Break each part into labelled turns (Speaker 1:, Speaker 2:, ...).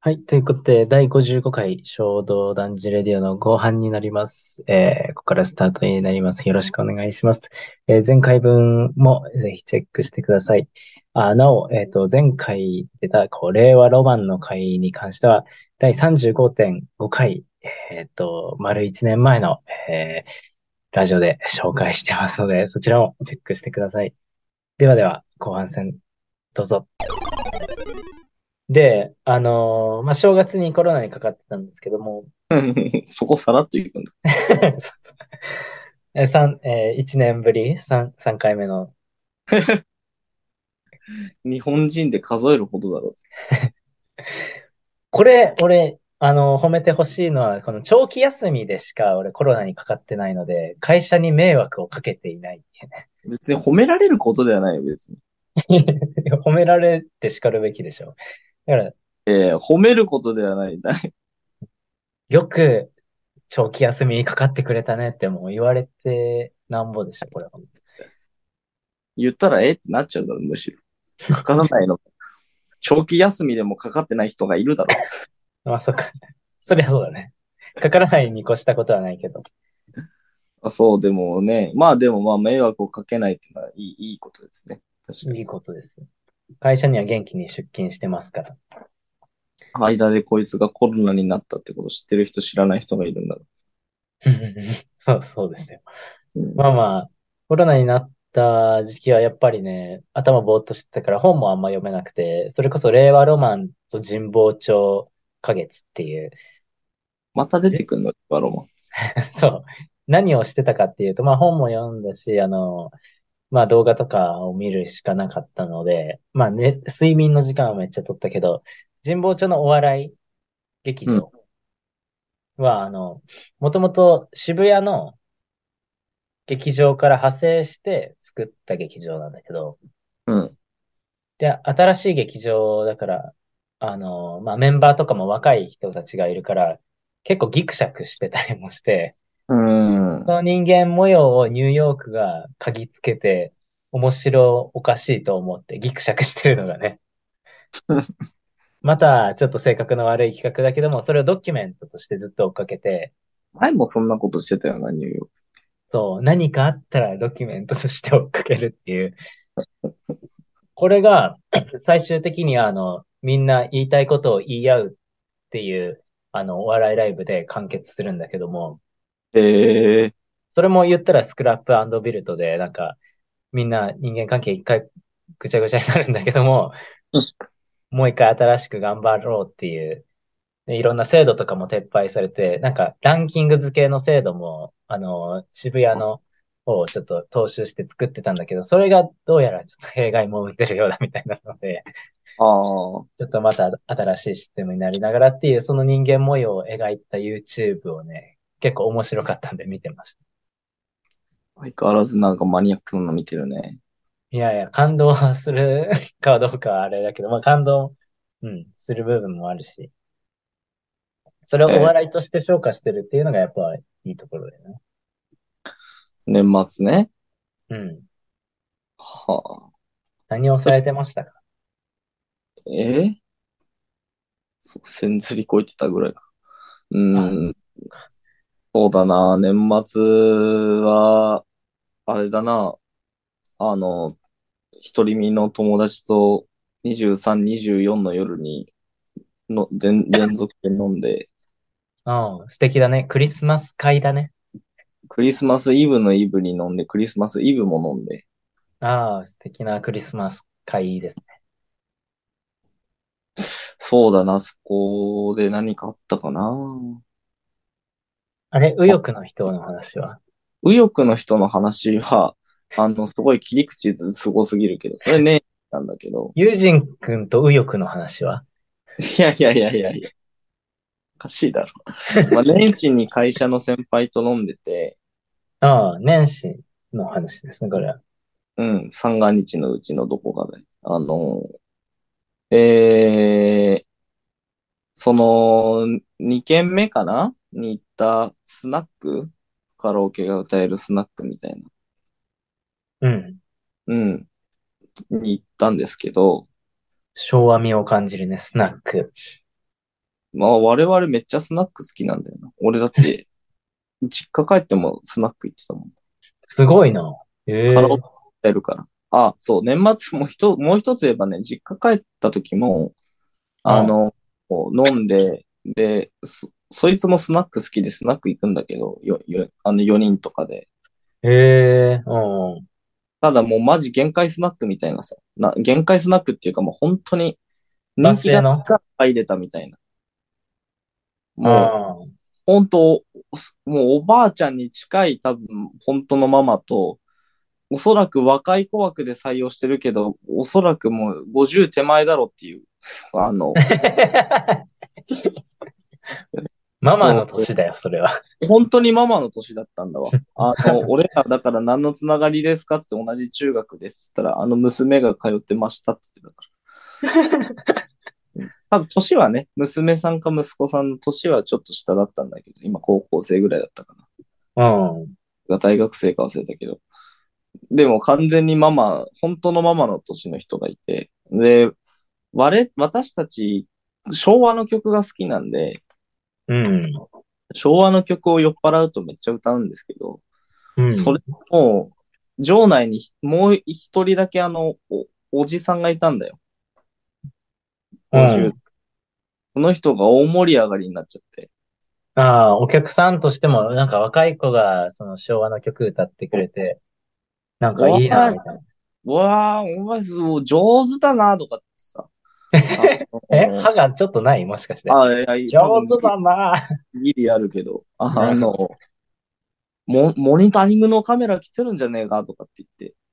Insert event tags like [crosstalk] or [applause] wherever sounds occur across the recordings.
Speaker 1: はい。ということで、第55回衝動男児レディオの後半になります。えー、ここからスタートになります。よろしくお願いします。えー前回分もぜひチェックしてください。あ、なお、えっと、前回出た、こう、令和ロマンの回に関しては、第35.5回、えっと、丸1年前の、えー、ラジオで紹介してますので、そちらもチェックしてください。ではでは、後半戦、どうぞ。で、あのーまあ、正月にコロナにかかってたんですけども、 [laughs]
Speaker 2: そこさらっといくんだ。
Speaker 1: え三えー、1年ぶり 3, 三回目の。
Speaker 2: 日本人で数えるほどだろ
Speaker 1: これ、俺、あのー褒めてほしいのは、この長期休みでしか俺コロナにかかってないので、会社に迷惑をかけていない [laughs] っていうね。
Speaker 2: う。別に褒められることではないよ、別に。
Speaker 1: 褒められて叱るべきでしょ。だから、
Speaker 2: えー褒めることではない。 [laughs]
Speaker 1: よく長期休みかかってくれたねってもう言われてなんぼでしょ、これは。
Speaker 2: 言ったらえってなっちゃうだろ、むしろ。かからないの。 [laughs] 長期休みでもかかってない人がいるだろ。
Speaker 1: まあ、そっか。そりゃそうだね。かからないに越したことはないけど。
Speaker 2: あそう、 [laughs] でもね。まあでもまあ迷惑をかけないっていうのはいいいいことですね。確かに。
Speaker 1: いいことですよ。会社には元気に出勤してますから。
Speaker 2: 間でこいつがコロナになったってこと知ってる人知らない人がいるんだろ
Speaker 1: そう、そうですよ。
Speaker 2: う。うん
Speaker 1: まあまあ、コロナになった時期はやっぱりね、頭ぼーっとしてたから本もあんま読めなくて、それこそ令和ロマンと神保町花月っていう、
Speaker 2: また出てくるの、バロマン。
Speaker 1: [laughs] そう。何をしてたかっていうと、まあ本も読んだし、あの、まあ動画とかを見るしかなかったので、まあね、睡眠の時間はめっちゃ取ったけど、神保町のお笑い劇場は、あの、もともと渋谷の劇場から派生して作った劇場なんだけど、
Speaker 2: うん。
Speaker 1: で、新しい劇場だから、あの、まあ、メンバーとかも若い人たちがいるから、結構ギクシャクしてたりもして、
Speaker 2: うん
Speaker 1: そ。の人間模様をニューヨークが嗅ぎつけて、面白おかしいと思ってギクシャクしてるのがね。また、ちょっと性格の悪い企画だけども、それをドキュメントとしてずっと追っかけて、
Speaker 2: 前もそんなことしてたよな、ニューヨーク。
Speaker 1: そう、何かあったらドキュメントとして追っかけるっていう。これが、最終的にはあの、みんな言いたいことを言い合うっていう、あの、お笑いライブで完結するんだけども、
Speaker 2: ええ
Speaker 1: それも言ったらスクラップビルトで、なんか、みんな人間関係一回ぐちゃぐちゃになるんだけども、もう一回新しく頑張ろうっていう、でいろんな制度とかも撤廃されて、なんかランキング付けの制度も、あの、渋谷の方をちょっと踏襲して作ってたんだけど、それがどうやらちょっと弊害も生んでるようだみたいなので、ち
Speaker 2: ああ。
Speaker 1: ょっとまた新しいシステムになりながらっていう、その人間模様を描いた YouTube をね、結構面白かったんで見てました。
Speaker 2: 相変わらずなんかマニアックなの見てるね。
Speaker 1: いやいや、感動はする [laughs] かどうかはあれだけど、まあ感動、うん、する部分もあるし、それをお笑いとして昇華してるっていうのがやっぱいいところだよね。
Speaker 2: 年末ね。
Speaker 1: うん。
Speaker 2: はあ。
Speaker 1: 何をされてましたか
Speaker 2: ええそう、千釣りこいてたぐらいか。うーん。そうだな。年末は、あれだな。あの、一人身の友達と23、24の夜にの連連続で飲んで、
Speaker 1: うん、素敵だね。クリスマス会だね。
Speaker 2: クリスマスイブのイブに飲んで、クリスマスイブも飲んで、
Speaker 1: ああ、素敵なクリスマス会です。
Speaker 2: そうだな、そこで何かあったかな。
Speaker 1: あれ、右翼の人の話は
Speaker 2: 右翼の人の話は、あの、すごい切り口すごすぎるけど、それね、なんだけど。
Speaker 1: 友人くんと右翼の話はい
Speaker 2: やいやいやいやいや。おかしいだろ。まあ、年始に会社の先輩と飲んでて、
Speaker 1: ああ、年始の話ですね、これは。
Speaker 2: うん、三が日のうちのどこかで。あの、えー、その、2軒目かなに行ったスナックカラオケが歌えるスナックみたい
Speaker 1: う
Speaker 2: な。
Speaker 1: ん。
Speaker 2: うん。に行ったんですけど、
Speaker 1: 昭和味を感じるね、スナック。
Speaker 2: まあ、我々めっちゃスナック好きなんだよな。俺だって、実家帰ってもスナック行ってたもん。
Speaker 1: すごいな。ええ
Speaker 2: カラオケやるから。あ、そう、年末も一つ、もう一つ言えばね、実家帰った時も、あの、こう飲んで、で、そ、そいつもスナック好きでスナック行くんだけど、よ、よ、あの4人とかで。
Speaker 1: ええうん。
Speaker 2: ただもうマジ限界スナックみたいなさ、な、限界スナックっていうかもう本当に人気が
Speaker 1: バス
Speaker 2: 入れたみたいな。もう、
Speaker 1: ああ。
Speaker 2: 本当、すもうおばあちゃんに近い多分、本当のママと、おそらく若い子枠で採用してるけど、おそらくもう50手前だろっていう、あの、 [laughs]
Speaker 1: ママの年だよ、それは。
Speaker 2: 本当にママの年だったんだわ。あの、俺らだから何のつながりですかって言って同じ中学ですって言ったら、あの娘が通ってましたって言ってたから。多分年はね、娘さんか息子さんの年はちょっと下だったんだけど、今高校生ぐらいだったかな。
Speaker 1: うん。
Speaker 2: が大学生か忘れたけど。でも完全にママ、本当のママの年の人がいて、で、我、私たち、昭和の曲が好きなんで、
Speaker 1: うん。
Speaker 2: 昭和の曲を酔っ払うとめっちゃ歌うんですけど、
Speaker 1: うん。
Speaker 2: それも、場内にもう一人だけあの、お、おじさんがいたんだよ。
Speaker 1: うん
Speaker 2: その人が大盛り上がりになっちゃって。
Speaker 1: ああ、お客さんとしても、なんか若い子が、その昭和の曲歌ってくれて、なんかいいな、みたいな。
Speaker 2: うわあ、お前すごい上手だなとかって
Speaker 1: [laughs]
Speaker 2: さ。
Speaker 1: え、
Speaker 2: あ
Speaker 1: 歯がちょっとないもしかして。
Speaker 2: のあ、いやいや、
Speaker 1: 上手だな。 [laughs]
Speaker 2: ギリあるけど、ああの、モ、モニタリングのカメラ来てるんじゃねえかとかって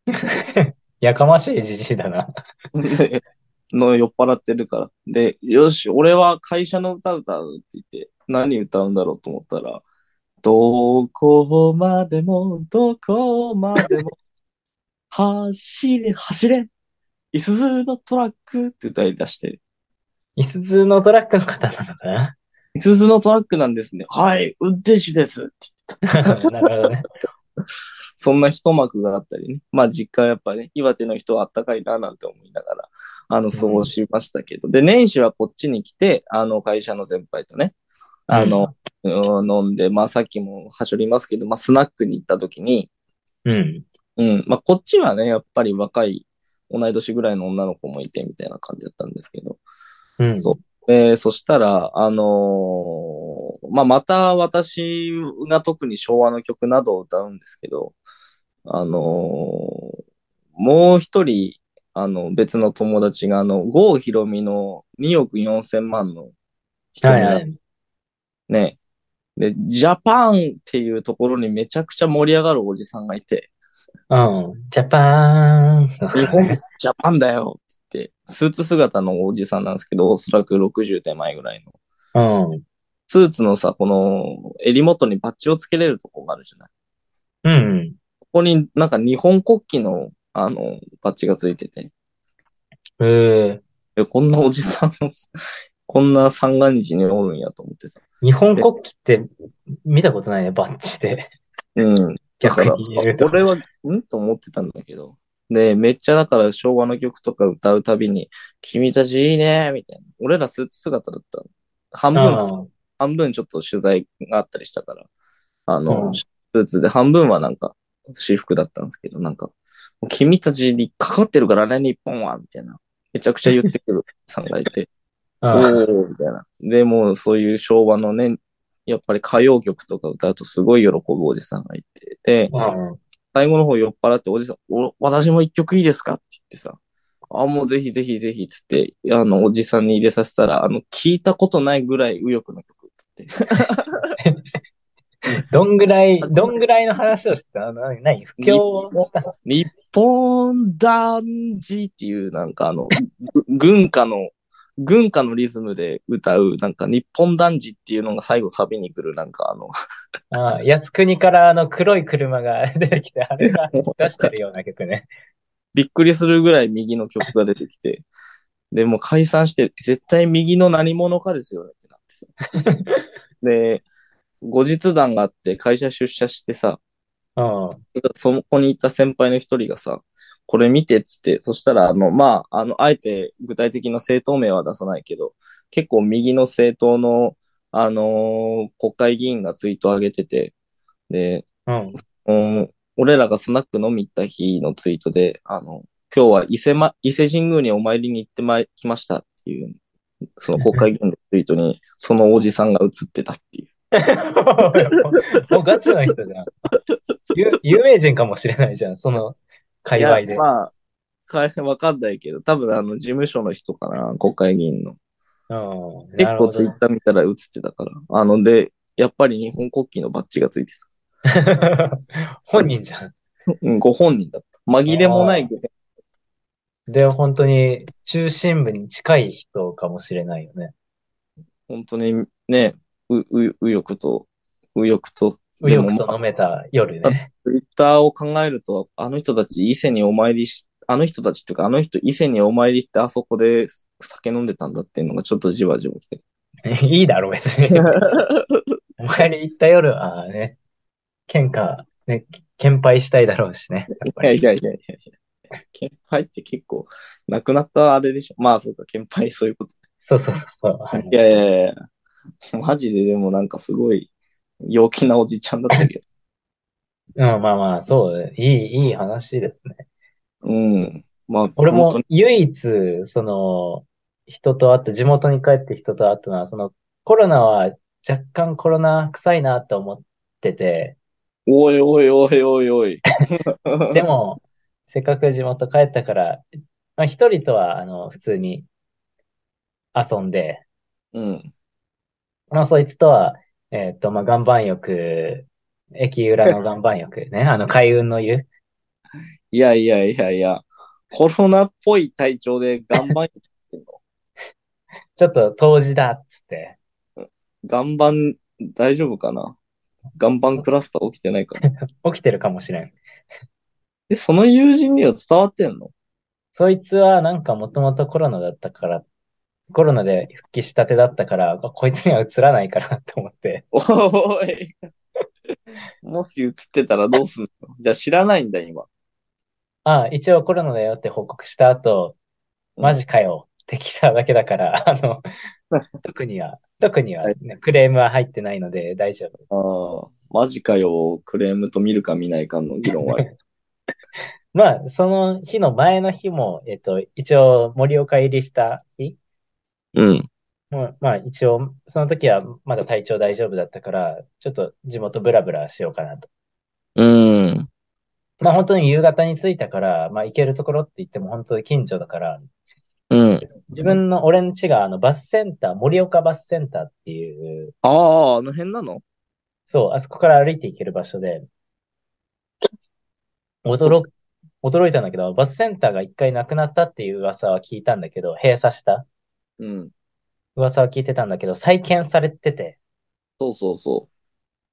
Speaker 2: 言って。
Speaker 1: やかましいじじいだな。
Speaker 2: で [laughs] の酔っ払ってるから。で、よし、俺は会社の歌歌うって言って、何歌うんだろうと思ったら、どこまでも、どこまでも、 [laughs] 走れ、走れ、いすゞのトラックって歌い出して、
Speaker 1: いすゞのトラックの方なのか
Speaker 2: [laughs]
Speaker 1: な
Speaker 2: いすゞのトラックなんですね。はい、運転手ですって
Speaker 1: なるほどね。
Speaker 2: そんな一幕があったりね。まあ実家はやっぱね、岩手の人はあったかいななんて思いながら、あの、過ごしましたけど。で、年始はこっちに来て、あの、会社の先輩とね、あの、うん飲んで、まあさっきもはしょりますけど、まあスナックに行った時に、
Speaker 1: うん。
Speaker 2: うん、まあこっちはね、やっぱり若い、同い年ぐらいの女の子もいてみたいな感じだったんですけど。
Speaker 1: うん。
Speaker 2: そで、そしたら、あのーまあ、また私が特に昭和の曲などを歌うんですけど、あのーもう一人、あの、別の友達が、あの、郷ひろみの2億4千万の人
Speaker 1: はい
Speaker 2: が
Speaker 1: はい。
Speaker 2: ね、で、ジャパンっていうところにめちゃくちゃ盛り上がるおじさんがいて、
Speaker 1: うん。ジャパーン。
Speaker 2: 日本ジャパンだよって言って、スーツ姿のおじさんなんですけど、おそらく60手前ぐらいの。
Speaker 1: うん。
Speaker 2: スーツのさ、この襟元にバッジをつけれるとこがあるじゃない。
Speaker 1: うん。
Speaker 2: ここになんか日本国旗の、あの、バッジがついてて。
Speaker 1: ええ。
Speaker 2: え、こんなおじさ [laughs] ん、こんな三が日におるんやと思ってさ。
Speaker 1: 日本国旗って見たことないね、バッチで。
Speaker 2: うん。 [laughs] だ
Speaker 1: 逆
Speaker 2: から、
Speaker 1: に言うと。
Speaker 2: 俺は、んと思ってたんだけど。で、めっちゃだから昭和の曲とか歌うたびに、君たちいいねみたいな。俺らスーツ姿だったの。半分、
Speaker 1: うん
Speaker 2: 半分ちょっと取材があったりしたから、あの、
Speaker 1: うん
Speaker 2: スーツで半分はなんか私服だったんですけど、なんか、もう君たちにかかってるからね、日本はみたいな。めちゃくちゃ言って
Speaker 1: [laughs]
Speaker 2: くるさんがいて、
Speaker 1: う
Speaker 2: お
Speaker 1: ん。
Speaker 2: ーみたいな。で、もうそういう昭和のね、やっぱり歌謡曲とか歌うとすごい喜ぶおじさんがいて、で、
Speaker 1: うん。
Speaker 2: 最後の方酔っ払っておじさん、お私も一曲いいですかって言ってさ、あ、もうぜひぜひぜひっつって、あの、おじさんに入れさせたら、あの、聞いたことないぐらい右翼の曲歌って。
Speaker 1: どんぐらい、どんぐらいの話をしてたのな何不況をした
Speaker 2: 日本男児っていう、なんかあの、ぐ軍歌の、軍歌のリズムで歌う、なんか日本男児っていうのが最後サビに来る、なんかあの、
Speaker 1: ああ、靖国からあの黒い車が [laughs] 出てきて、あれが出してるような曲ね。
Speaker 2: びっくりするぐらい右の曲が出てきて、で、もう解散して、絶対右の何者かですよねってなってさ。で、後日談があって会社出社してさ、
Speaker 1: うん。 [laughs]
Speaker 2: そこにいた先輩の一人がさ、これ見てっつって、そしたら、あの、まあ、あの、あえて具体的な政党名は出さないけど、結構右の政党の、あのー国会議員がツイートを上げてて、で、
Speaker 1: うん。
Speaker 2: うん、俺らがスナック飲み行った日のツイートで、あの、今日は伊勢,、ま、伊勢神宮にお参りに行ってまいきましたっていう、その国会議員のツイートに、そのおじさんが映ってたっていう。
Speaker 1: もうガチな人じゃん。ゆ有名人かもしれないじゃん、その界隈
Speaker 2: い
Speaker 1: で
Speaker 2: や。まあ、かわかんないけど、多分あの、事務所の人かな、国会議員の。
Speaker 1: うん。
Speaker 2: 結
Speaker 1: なる
Speaker 2: 構
Speaker 1: ほ
Speaker 2: ツイ
Speaker 1: ど
Speaker 2: ッ。ター見たら映ってたから。あの、で、やっぱり日本国旗のバッジがついて
Speaker 1: [laughs] 本人じゃん。
Speaker 2: た。 [laughs] うん、ご本人だった。紛れもない
Speaker 1: で、本当に中心部に近い人かもしれないよね。
Speaker 2: 本当にね、う、う、右翼と、右翼と、
Speaker 1: 右
Speaker 2: でも
Speaker 1: 翼と飲めた夜ね。 [laughs]
Speaker 2: ツイッターを考えると、あの人たち伊勢にお参りし、あの人たちっていうか、あの人伊勢にお参りしてあそこで酒飲んでたんだっていうのがちょっとじわじわきて。
Speaker 1: いいだろ、別に。
Speaker 2: [laughs]
Speaker 1: [laughs] お前に行った夜はね、喧嘩、ね、喧敗したいだろうしね。やっぱ
Speaker 2: いやい
Speaker 1: り。
Speaker 2: やいやいやいや。憲敗って結構、なくなったあれでしょ。まあそうか、憲敗そういうこと。
Speaker 1: そうそうそうそう。
Speaker 2: いやいやいやいや。マジででもなんかすごい陽気なおじちゃんだったけど。
Speaker 1: うん、まあまあ、そう、いい、いい話ですね。
Speaker 2: [laughs] うん。まあ、
Speaker 1: 俺も
Speaker 2: 本
Speaker 1: 唯一、その、人と会った、地元に帰って人と会ったのは、その、コロナは若干コロナ臭いなって思ってて、
Speaker 2: 当においおいおいおいお [laughs] い。
Speaker 1: でも、せっかく地元帰ったから、まあ一人とは、あの、普通に遊んで、
Speaker 2: うん。
Speaker 1: まあ、そいつとは、えーっと、まあ、岩盤浴、駅裏の岩盤浴ね、あの、開運の湯。
Speaker 2: いやいやいやいや。コロナっぽい体調で岩 [laughs] 盤、
Speaker 1: ちょっと当時だっつって。
Speaker 2: 岩盤大丈夫かな岩盤クラスター起きてないかな
Speaker 1: 起きてるかもしれん。
Speaker 2: え、その友人には伝わってんの
Speaker 1: そいつはなんかもともとコロナだったから、コロナで復帰したてだったから、あこいつには移らないからって思って。
Speaker 2: おい。もし映ってたらどうすんのじゃあ知らないんだ、今。
Speaker 1: ああ、一応コロナだよって報告した後、マジかよって来ただけだから、 [laughs] あの、特には、特にはね、クレームは入ってないので大丈夫。
Speaker 2: ああ、マジかよ。クレームと見るか見ないかの議論は。
Speaker 1: まあ、その日の前の日も、えっと、一応、盛岡入りした日
Speaker 2: うん。
Speaker 1: も、まあ、一応、その時はまだ体調大丈夫だったから、ちょっと地元ブラブラしようかなと。
Speaker 2: うん。
Speaker 1: まあ、本当に夕方に着いたから、まあ、行けるところって言っても本当に近所だから、
Speaker 2: うん。
Speaker 1: 自分の、俺ん家が、あの、バスセンター、盛岡バスセンターっていう、
Speaker 2: ああ、あの辺なの
Speaker 1: そう、あそこから歩いて行ける場所で、驚、驚いたんだけど、バスセンターが一回なくなったっていう噂は聞いたんだけど、閉鎖した。
Speaker 2: うん。
Speaker 1: 噂は聞いてたんだけど、再建されてて。
Speaker 2: そうそうそう。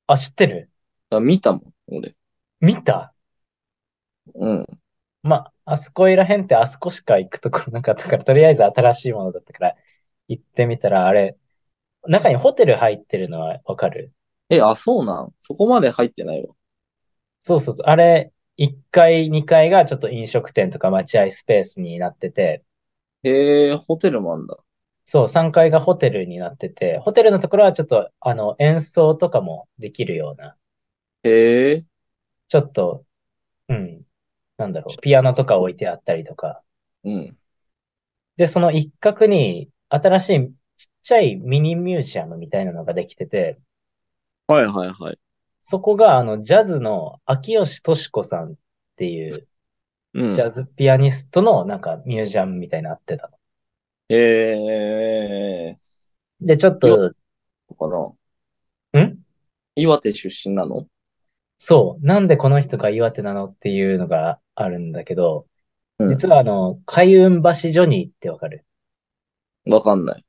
Speaker 1: あ、知ってる
Speaker 2: あ、見たもん、俺。
Speaker 1: 見た
Speaker 2: うん。
Speaker 1: まあ、あそこいらへんってあそこしか行くところなかったから、とりあえず新しいものだったから、行ってみたら、あれ、中にホテル入ってるのはわかる
Speaker 2: え、あ、そうなん。そこまで入ってないわ。
Speaker 1: そうそうそう。あれ、1階、2階がちょっと飲食店とか待合スペースになってて、
Speaker 2: へえ、ホテルもあんだ。
Speaker 1: そう、3階がホテルになってて、ホテルのところはちょっと、あの、演奏とかもできるような、
Speaker 2: へえ。
Speaker 1: ちょっと、うん、なんだろう、ピアノとか置いてあったりとか、
Speaker 2: うん。
Speaker 1: で、その一角に新しいちっちゃいミニミュージアムみたいなのができてて、
Speaker 2: はいはいはい。
Speaker 1: そこがあのジャズの秋吉敏子さんっていう
Speaker 2: う
Speaker 1: ジャズピアニストのなんかミュージアムみたいなのあってたの。
Speaker 2: へえ。
Speaker 1: で、ちょっと、
Speaker 2: かな。
Speaker 1: ん
Speaker 2: 岩手出身なの
Speaker 1: そう、なんでこの人が岩手なのっていうのがあるんだけど、
Speaker 2: うん
Speaker 1: 実はあの、海運橋ジョニーってわかる
Speaker 2: わかんない。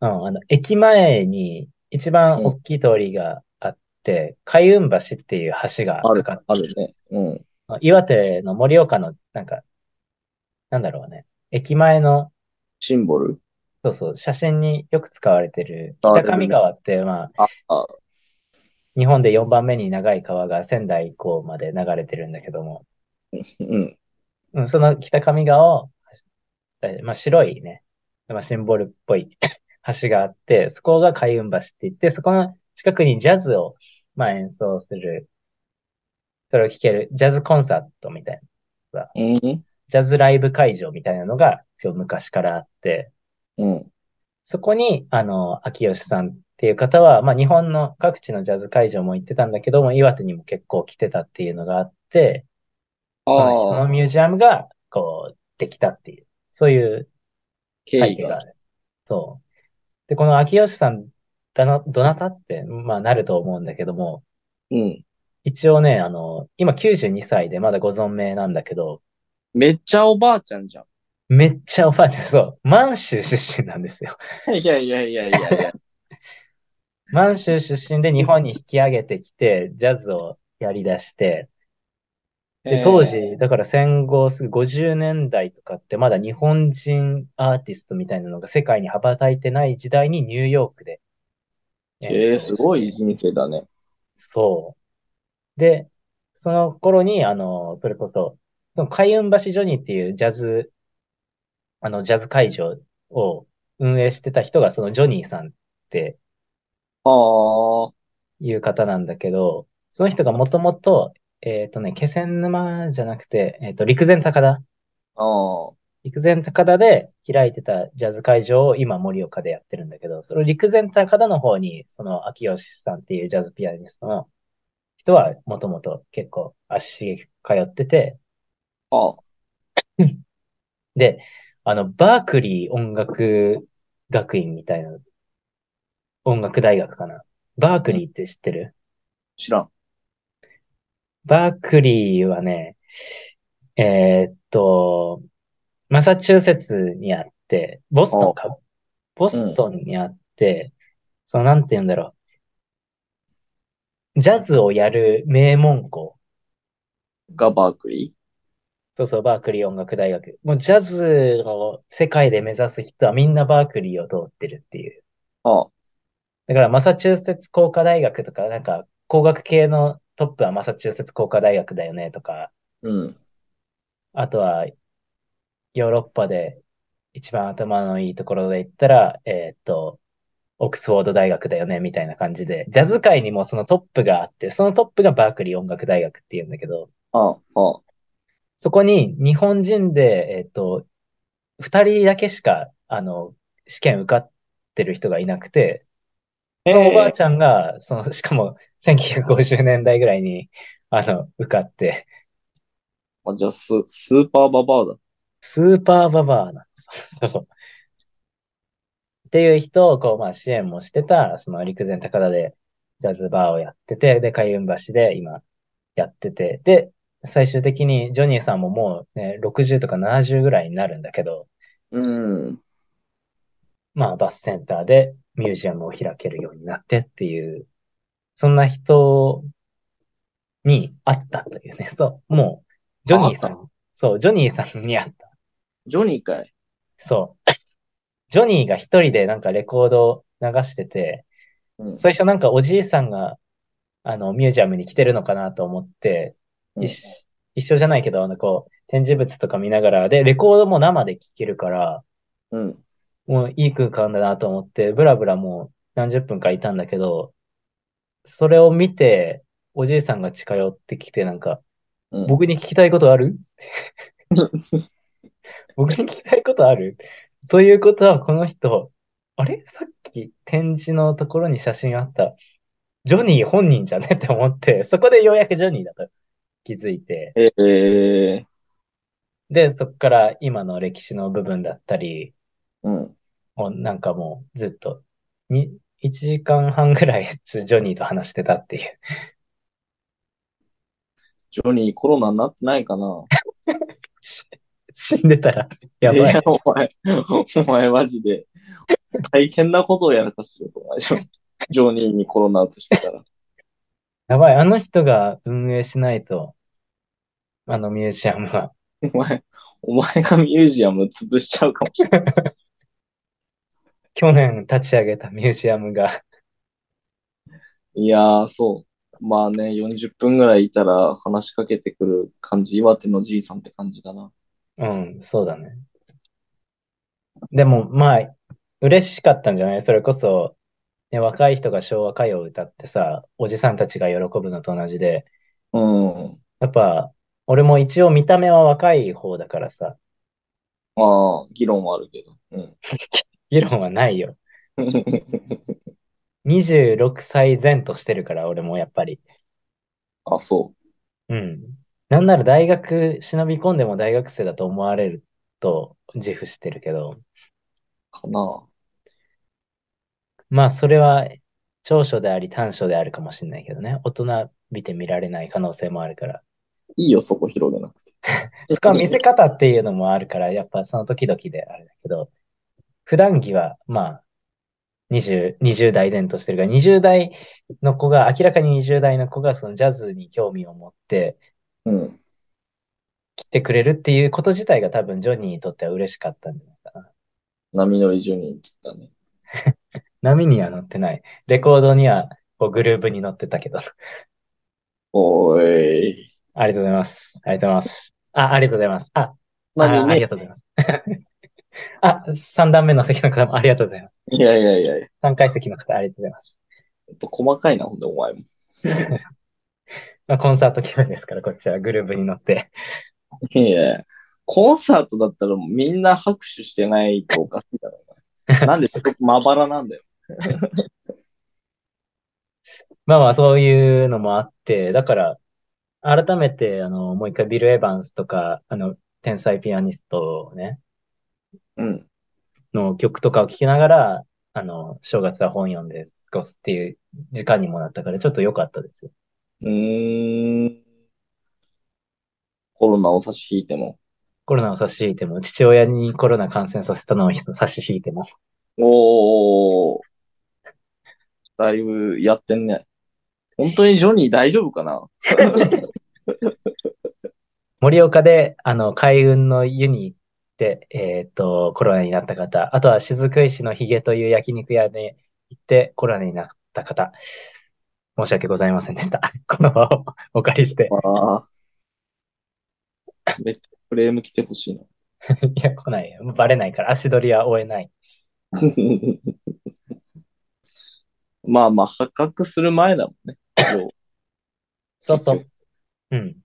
Speaker 1: うん、あの、駅前に一番大きい通りがあって、海運橋っていう橋が
Speaker 2: あ
Speaker 1: か
Speaker 2: る
Speaker 1: かっ、
Speaker 2: あるね。うん。
Speaker 1: 岩手の盛岡の、なんか、なんだろうね。駅前の、
Speaker 2: シンボル
Speaker 1: そうそう、写真によく使われてる、
Speaker 2: あ
Speaker 1: 北上川って、まあ、
Speaker 2: あ
Speaker 1: 日本で4番目に長い川が仙台以降まで流れてるんだけども、
Speaker 2: うん。
Speaker 1: うん、その北上川を、えまあ、白いね、まあ、シンボルっぽい [coughs] 橋があって、そこが海運橋って言って、そこの近くにジャズを、まあ、演奏する、それを聴ける、ジャズコンサートみたいな、
Speaker 2: うん、
Speaker 1: ジャズライブ会場みたいなのが、昔からあって、
Speaker 2: うん、
Speaker 1: そこに、あの、秋吉さんっていう方は、まあ、日本の各地のジャズ会場も行ってたんだけども、岩手にも結構来てたっていうのがあって、その人のミュージアムが、こう、できたっていう、そういう
Speaker 2: 経緯
Speaker 1: がある。そう。で、この秋吉さん、だな、どなたって、まあ、なると思うんだけども、
Speaker 2: うん。
Speaker 1: 一応ね、あの、今92歳でまだご存命なんだけど、
Speaker 2: めっちゃおばあちゃんじゃん。
Speaker 1: めっちゃおばあちゃん、そう。満州出身なんですよ。
Speaker 2: いやいやいや [laughs] いやいや。
Speaker 1: 満州出身で日本に引き上げてきて、ジャズをやり出して、で、当時、だから戦後すぐ50年代とかってまだ日本人アーティストみたいなのが世界に羽ばたいてない時代にニューヨークで。
Speaker 2: ええー、すごい人生だね。
Speaker 1: そう。で、その頃に、あの、それこそ、その海運橋ジョニーっていうジャズ、あの、ジャズ会場を運営してた人がそのジョニーさんって、
Speaker 2: ああ。
Speaker 1: いう方なんだけど、その人がもともと、えっ、ー、とね、気仙沼じゃなくて、えっ、ー、と、陸前高田。
Speaker 2: あ
Speaker 1: 陸前高田で開いてたジャズ会場を今盛岡でやってるんだけど、その陸前高田の方に、その秋吉さんっていうジャズピアニストの人はもともと結構足通ってて。
Speaker 2: あ
Speaker 1: で、あの、バークリー音楽学院みたいな、音楽大学かな。バークリーって知ってる
Speaker 2: 知らん。
Speaker 1: バークリーはね、えー、っと、マサチューセッツにあって、ボストンか、ボストンにあって、うん、その、なんて言うんだろう。ジャズをやる名門校。
Speaker 2: がバークリ
Speaker 1: ーそうそう、バークリー音楽大学。もうジャズを世界で目指す人はみんなバークリーを通ってるっていう。
Speaker 2: ああ。
Speaker 1: だからマサチューセッツ工科大学とか、なんか工学系のトップはマサチューセッツ工科大学だよねとか、
Speaker 2: うん。
Speaker 1: あとは、ヨーロッパで一番頭のいいところで言ったら、えー、っと、オックスフォード大学だよね、みたいな感じで、ジャズ界にもそのトップがあって、そのトップがバークリー音楽大学っていうんだけど、
Speaker 2: ああ
Speaker 1: そこに日本人で、えー、っと、二人だけしか、あの、試験受かってる人がいなくて、そのおばあちゃんが、その、しかも、1950年代ぐらいに、あの、受かって。
Speaker 2: あ、じゃあ、ス、スーパーババアだ。
Speaker 1: スーパーババアなんです。そう。っていう人を、こう、まあ、支援もしてた、その陸前高田で、ジャズバーをやってて、で、海運橋で今、やってて、で、最終的に、ジョニーさんももうね、60とか70ぐらいになるんだけど、
Speaker 2: うん。
Speaker 1: まあ、バスセンターでミュージアムを開けるようになってっていう、そんな人に会ったというね、そう、もう、ジョニーさん、そう、ジョニーさんに会った。
Speaker 2: ジョニーかい
Speaker 1: そう。 [laughs] ジョニーが一人でなんかレコード流してて、
Speaker 2: うん、
Speaker 1: 最初なんかおじいさんが、あの、ミュージアムに来てるのかなと思って、うん、一一緒じゃないけど、あの、こう、展示物とか見ながら、で、レコードも生で聴けるから、
Speaker 2: うん。
Speaker 1: もういい空間だなと思って、ブラブラもう何十分かいたんだけど、それを見て、おじいさんが近寄ってきて、なんか、
Speaker 2: うん、
Speaker 1: [laughs] 僕に聞きたいことあ [laughs] る僕に聞きたいことあるということは、この人、あれさっき展示のところに写真あった、ジョニー本人じゃねって思って、そこでようやくジョニーだと気づいて。
Speaker 2: えー、
Speaker 1: で、そこから今の歴史の部分だったり、
Speaker 2: うん、
Speaker 1: もなんかもうずっと、に、1時間半ぐらいジョニーと話してたっていう。
Speaker 2: ジョニーコロナになってないかな
Speaker 1: 死んでたら、やばい。い
Speaker 2: や、お前、お前マジで、大変なことをやらかしてると思う。ジョニーにコロナ移してたら。
Speaker 1: やばい、あの人が運営しないと、あのミュージアムは。
Speaker 2: お前、お前がミュージアム潰しちゃうかもしれない。
Speaker 1: 去年立ち上げたミュージアムが [laughs]
Speaker 2: いやー、そう。まあね、40分ぐらいいたら話しかけてくる感じ、岩手のじいさんって感じだな。
Speaker 1: うん、そうだね。でも、まあ、嬉しかったんじゃないそれこそ、ね、若い人が昭和歌謡を歌ってさ、おじさんたちが喜ぶのと同じで、
Speaker 2: うん。
Speaker 1: やっぱ、俺も一応見た目は若い方だからさ、
Speaker 2: ああ、議論はあるけど。うん。
Speaker 1: 議論はないよ。26歳前としてるから、俺もやっぱり。
Speaker 2: あ、そ
Speaker 1: うん。なんなら大学忍び込んでも大学生だと思われると自負してるけど、
Speaker 2: う。かな。
Speaker 1: まあそれは長所であり短所であるかもしれないけどね。大人びて見られない可能性もあるから。
Speaker 2: いいよ、そこ広げなくて。
Speaker 1: そこは見せ方っていうのもあるから、やっぱその時々であれだけど、普段着はまあ20、20代伝としてるから、20代の子が、明らかに20代の子がそのジャズに興味を持って、
Speaker 2: うん。
Speaker 1: 来てくれるっていうこと自体が多分ジョニーにとっては嬉しかったんじゃないかな。
Speaker 2: 波乗りジュニーって言ったね。
Speaker 1: 波には乗ってない。レコードにはこうグルーブに乗ってたけど。 [laughs]
Speaker 2: おーい。
Speaker 1: ありがとうございます。ありがとうございます。あ、ありがとうございます。あ、あ
Speaker 2: 何
Speaker 1: あり
Speaker 2: ね。
Speaker 1: がとうございます。 [laughs] あ、3段目の席の方も [laughs] ありがとうございます。
Speaker 2: いやいやいやいや。
Speaker 1: 3階席の方ありがとうございます。
Speaker 2: ほんと細かいな、ほんで、お前も。
Speaker 1: まあ、コンサート気分ですから、こっちはグルーブに乗って。
Speaker 2: いやいや。コンサートだったらもうみんな拍手してないとおかしいだろうな。なんでそこまばらなんだよ。
Speaker 1: まあまあ、そういうのもあって、だから、改めて、あの、もう一回ビル・エヴァンスとか、あの、天才ピアニストをね、
Speaker 2: うん。
Speaker 1: の曲とかを聴きながら、あの、正月は本読んで過ごすっていう時間にもなったから、ちょっと良かったですよ。
Speaker 2: うーん。コロナを差し引いても。
Speaker 1: コロナを差し引いても、父親にコロナ感染させたのを差し引いても、
Speaker 2: おー。だいぶやってんね。本当にジョニー大丈夫かな
Speaker 1: 盛岡で、あの、海運の湯に行って、えっと、コロナになった方、あとは雫石のヒゲという焼肉屋に行って、コロナになった方、申し訳ございませんでした。この場をお借りして。
Speaker 2: ああ。めっちゃクレーム来てほしいな。 [laughs]
Speaker 1: いや、来ないよ。バレないから、足取りは追えない。
Speaker 2: まあまあ、発覚する前だもんね。こう
Speaker 1: そうそう。うん。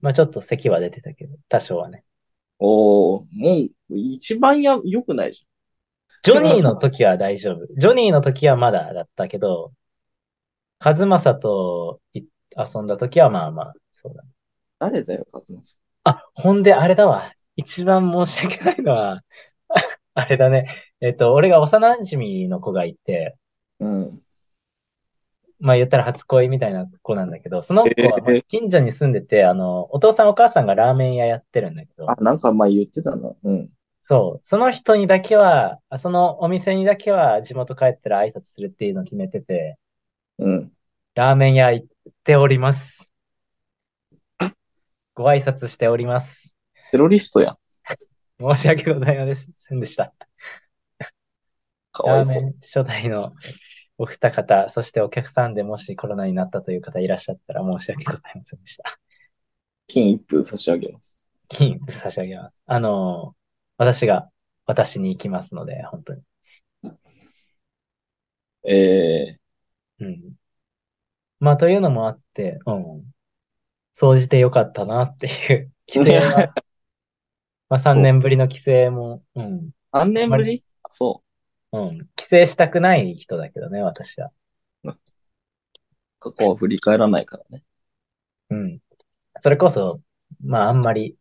Speaker 1: まあちょっと咳は出てたけど、多少はね。
Speaker 2: おお、もう、一番や、良くないじ
Speaker 1: ジョニーの時は大丈夫。ジョニーの時はまだだったけど、カズマサとい遊んだ時はまあまあ、そうだね。
Speaker 2: ゃん。誰だよ、カズマさん。
Speaker 1: あ、ほんであれだわ。一番申し訳ないのは、 [laughs] あれだね。えっと、俺が幼馴染の子がいて、
Speaker 2: うん。
Speaker 1: まあ言ったら初恋みたいな子なんだけど、その子はまあ
Speaker 2: えー
Speaker 1: 近所に住んでて、あの、お父さんお母さんがラーメン屋やってるんだけど、
Speaker 2: あ、なんか前言ってたな。うん。
Speaker 1: そう、その人にだけは、あそのお店にだけは地元帰ったら挨拶するっていうのを決めてて、
Speaker 2: うん。
Speaker 1: ラーメン屋行っております。ご挨拶しております。
Speaker 2: テロリストやん。
Speaker 1: 申し訳ございませんでした。
Speaker 2: かわ
Speaker 1: ラ
Speaker 2: い
Speaker 1: ー
Speaker 2: そ
Speaker 1: メ
Speaker 2: う。
Speaker 1: ン初代のお二方、そしてお客さんでもしコロナになったという方いらっしゃったら申し訳ございませんでした。
Speaker 2: 金一封差し上げます。
Speaker 1: 金一封差し上げます。あの、私が、私に行きますので、本当に。
Speaker 2: え
Speaker 1: うん。まあ、というのもあって、うん。総じてよかったなっていう、帰省は。まあ、3年ぶりの帰省も、うん。
Speaker 2: ー、3年ぶ
Speaker 1: あんま
Speaker 2: りそ
Speaker 1: うん。帰省したくない人だけどね、私は。
Speaker 2: う。過去は振り返らないからね。
Speaker 1: うん。それこそ、まああんまり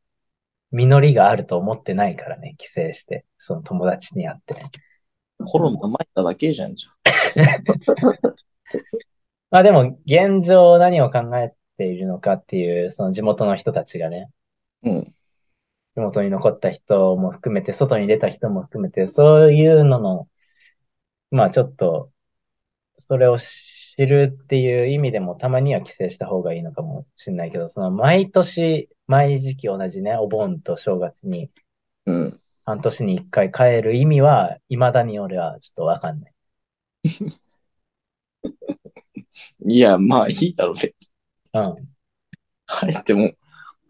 Speaker 1: 実りがあると思ってないからね、帰省して、その友達に会ってね。
Speaker 2: コロナ前だだけじゃんじゃん。
Speaker 1: まあでも、現状何を考えているのかっていう、その地元の人たちがね、
Speaker 2: うん。
Speaker 1: 地元に残った人も含めて、外に出た人も含めて、そういうのの、まあちょっと、それを知るっていう意味でも、たまには帰省した方がいいのかもしれないけど、その毎年、毎時期同じね、お盆と正月に、
Speaker 2: うん。
Speaker 1: 半年に一回帰る意味は、未だに俺はちょっとわかんない。
Speaker 2: いや、まあいいだろ、別に。
Speaker 1: うん。
Speaker 2: 帰っても、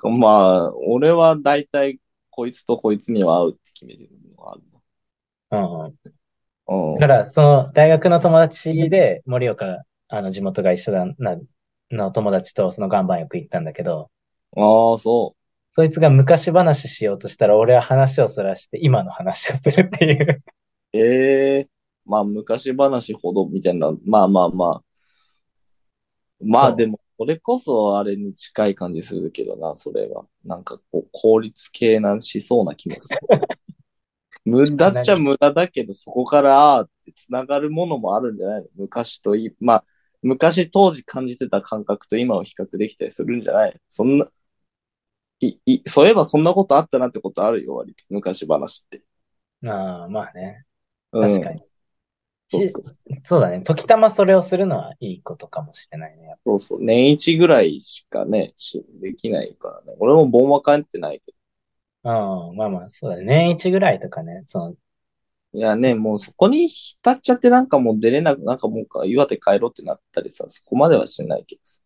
Speaker 2: まあ、俺は大体、こいつとこいつには会うって決めてるのがあるな。
Speaker 1: うんうん。
Speaker 2: うん
Speaker 1: だから、その、大学の友達で、盛岡、あの、地元が一緒だな、の友達と、その岩盤浴行ったんだけど、
Speaker 2: ああ、そ
Speaker 1: そいつが昔話しようとしたら、俺は話をそらして、今の話をするっていう。
Speaker 2: う。ええまあ、昔話ほどみたいな、まあまあまあ。ま
Speaker 1: そ
Speaker 2: あ
Speaker 1: う
Speaker 2: でも、それこそあれに近い感じするけどな、それは。なんかこう、効率系なしそうな気も [laughs] する。無駄っちゃ無駄だけど、そこからあーって繋がるものもあるんじゃないの昔とい、まあ、昔当時感じてた感覚と今を比較できたりするんじゃないそんな、い、い、そういえばそんなことあったなってことあるよ、割と。昔話って。
Speaker 1: [laughs] ああ、まあね。
Speaker 2: うん
Speaker 1: 確かに。
Speaker 2: そうそう。
Speaker 1: そうだね。時たまそれをするのはいいことかもしれないね。
Speaker 2: そうそう。年一ぐらいしかね、しできないからね。俺も盆は帰ってないけ
Speaker 1: うん、まあまあ、そうだね。年一ぐらいとかね。その、
Speaker 2: ど。いやね、もうそこに浸っちゃってなんかもう出れなく、なんかもう岩手帰ろうってなったりさ、そこまではしてないけどさ。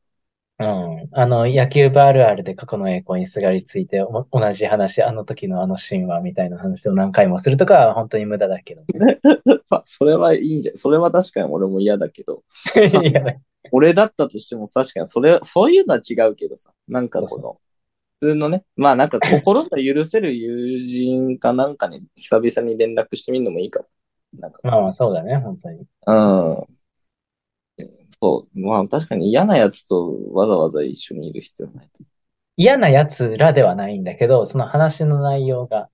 Speaker 1: うん。あの、野球部あるあるで過去の栄光にすがりついて、お同じ話、あの時のあのシーンは、みたいな話を何回もするとかは本当に無駄だけど。 [laughs]
Speaker 2: まあ、それはいいんじゃん。それは確かに俺も嫌だけど、
Speaker 1: いや、
Speaker 2: 俺だったとしても確かにそれ、そういうのは違うけどさ、なんかこの、普通のね、まあなんか心が許せる友人かなんかに久々に連絡してみるのもいいかも。なんか
Speaker 1: まあまあ、そうだね、本当に。
Speaker 2: うん。そう。まあ確かに嫌なやつとわざわざ一緒にいる必要ない。
Speaker 1: 嫌な奴らではないんだけど、その話の内容が、